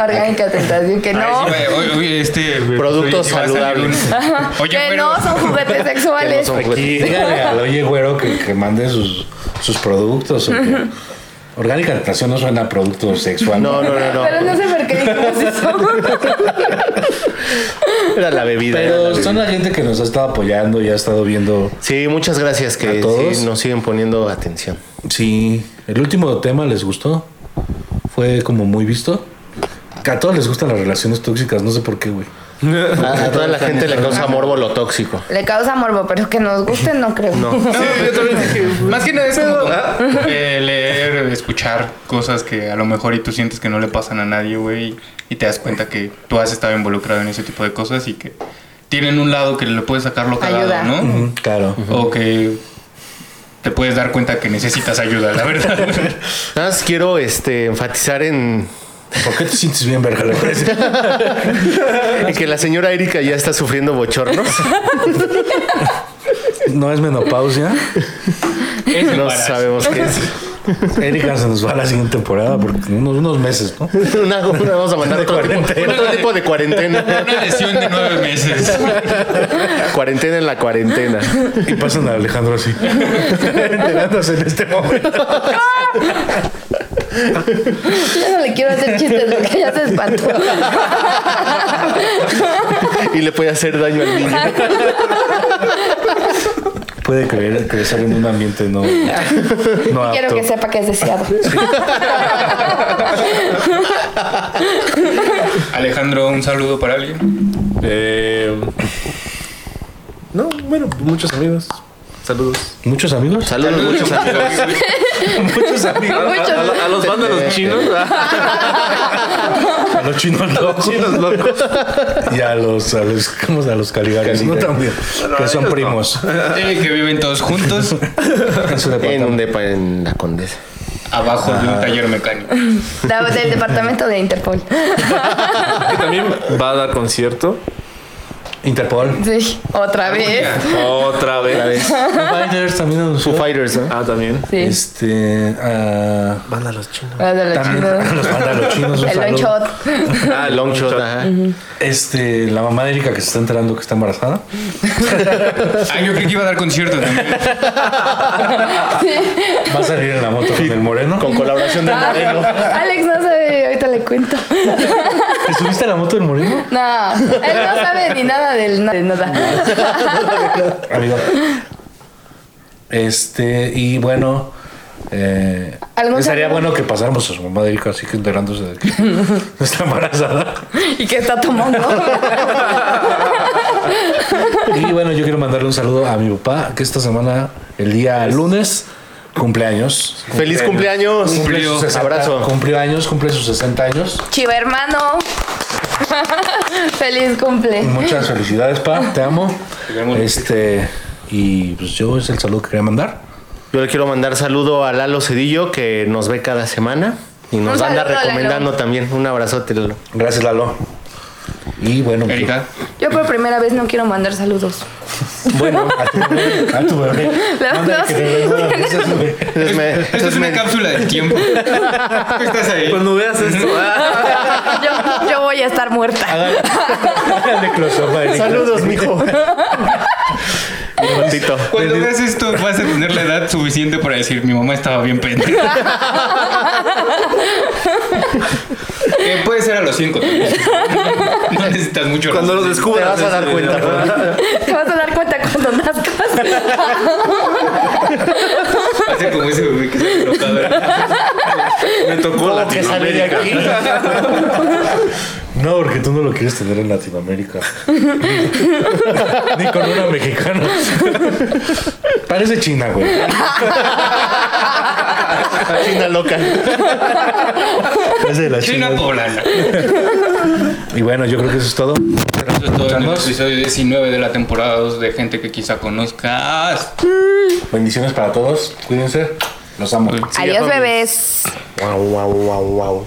Orgánica tentación, que
Ay,
no.
sí, güey, oye, oye, este, güey,
Productos
oye, si va a salir
saludables. (laughs)
uno. Oye,
Que
pero,
no
(laughs)
son juguetes sexuales.
son juguetes.
Aquí, dígale al oye güero que, que mande sus, sus productos. o que- Orgánica Tentación no suena a producto sexual.
No, no, no, no.
Pero no sé por qué dijimos eso.
Era la bebida. era la
Pero
bebida.
son la gente que nos ha estado apoyando y ha estado viendo.
Sí, muchas gracias que
A todos.
sí, nos siguen poniendo atención.
Sí, el último tema les gustó. Fue como muy visto. Que A todos les gustan las relaciones tóxicas, no sé por qué, güey.
A, a toda la gente le causa morbo lo tóxico.
Le causa morbo, pero que nos guste no creo. (laughs)
no, yo también dije, más que nada es como eh, leer, escuchar cosas que a lo mejor y tú sientes que no le pasan a nadie, güey, y te das cuenta que tú has estado involucrado en ese tipo de cosas y que tienen un lado que le puedes sacar lo calado,
Ayuda.
¿no?
Mm, Claro.
O que te puedes dar cuenta que necesitas ayuda, la
(laughs)
verdad.
Nada más quiero este, enfatizar en,
¿Por qué te sientes bien, verga? Le parece?
en que la señora Erika ya está sufriendo bochornos.
No es menopausia.
Es
No
embarazo.
sabemos qué es.
Erika se nos va a la siguiente temporada porque unos, unos meses, ¿no?
Una, una vamos a mandar otro tipo, otro tipo de
(laughs)
cuarentena.
Una lesión de nueve meses.
Cuarentena en la cuarentena.
Y pasan a Alejandro así. (laughs) Enterándose en este momento.
Yo no le quiero hacer chistes porque ya se espantó.
Y le puede hacer daño al niño.
Puede creer crecer en un ambiente
(laughs)
no, no apto.
Quiero que sepa que es deseado.
Alejandro, un saludo para alguien.
Eh, no, bueno, muchos amigos. Saludos.
¿Muchos amigos?
Saludos, muchos amigos.
Muchos amigos.
Muchos.
A, a- a los vándalos chinos. A
A los (laughs) chinos
los
locos.
chinos locos.
Y a los, a los, ¿cómo se- a los caligaris, ¿no? También. Que son primos.
Eh, que viven todos juntos.
En su
En
departamento.
un depa en la condesa.
abajo de un taller mecánico.
Da- Del departamento de Interpol.
Que también va a dar concierto.
Interpol.
Sí, otra vez.
Otra vez.
Fighters también anunció.
Foo Fighters, ¿no?
Ah, también.
Sí.
Este. ah,
Van a los chinos.
La de los
también (laughs)
chinos.
los manda a los
(laughs)
chinos. un
El long
saludo.
shot.
Ah,
El long shot, ajá.
Este, la mamá de Erika que se está enterando que está embarazada.
Ah, yo creí que iba a dar concierto también.
Va a salir en la moto con el moreno.
Con colaboración de Moreno.
Ah, Alex no sabe, ahorita le cuento.
¿Te subiste a la moto del moreno?
No, él no sabe ni nada del na- de nada. (laughs)
Amigo. Este, y bueno. eh,
¿Algún
estaría
saludo?
bueno que pasáramos a su mamá de Erika, así que enterándose de que (laughs) está embarazada.
¿Y qué está tomando?
Y bueno, yo quiero mandarle un saludo a mi papá, que esta semana, el día lunes, cumpleaños.
¡Feliz cumpleaños!
Cumple sus 60
Abrazo.
Cumplió años, cumple sus 60 años.
Chiva hermano. Feliz cumple.
Muchas felicidades, pa. Te amo. Este, y pues yo es el saludo que quería mandar.
Yo le quiero mandar saludo a Lalo Cedillo, que nos ve cada semana y nos
Un
anda
saludo,
recomendando también. Un abrazote, Lalo.
Gracias, Lalo. Y bueno, pues,
Erika.
Yo por primera vez no quiero mandar saludos.
bueno, a tu bebé, a tu bebé.
La-
Mándale
no,
que
sí.
te
(laughs)
regrese a su bebé.
Entonces me-
Esto es
entonces
una
me- Pues
cápsula del
(laughs)
tiempo. ¿Qué estás ahí?
Cuando veas esto. ah.
Yo, yo voy a estar muerta.
Hágale- hágale close-up a Erika.
Saludos, mijo. Un ratito.
Cuando veas esto, vas a tener la edad suficiente para decir: Mi mamá estaba bien pendeja. Que puede ser a los 5. No necesitas mucho.
Cuando los
Te
descubras.
vas a dar
este,
cuenta.
Te vas a dar cuenta cuando nazcas.
Hace como ese bebé que se colocaba, ¿verdad?
Me tocó la
que sale de aquí.
No, porque tú no lo quieres tener en Latinoamérica. Ni con una mexicana. Parece China, güey.
China loca.
Parece de la China.
China poblana.
Y bueno, yo creo que eso es todo.
Eso es todo en el episodio 19 de la temporada 2 de gente que quizá conozcas.
Bendiciones para todos. Cuídense. Los amo.
Adiós, bebés.
Wow, wow, wow, wow.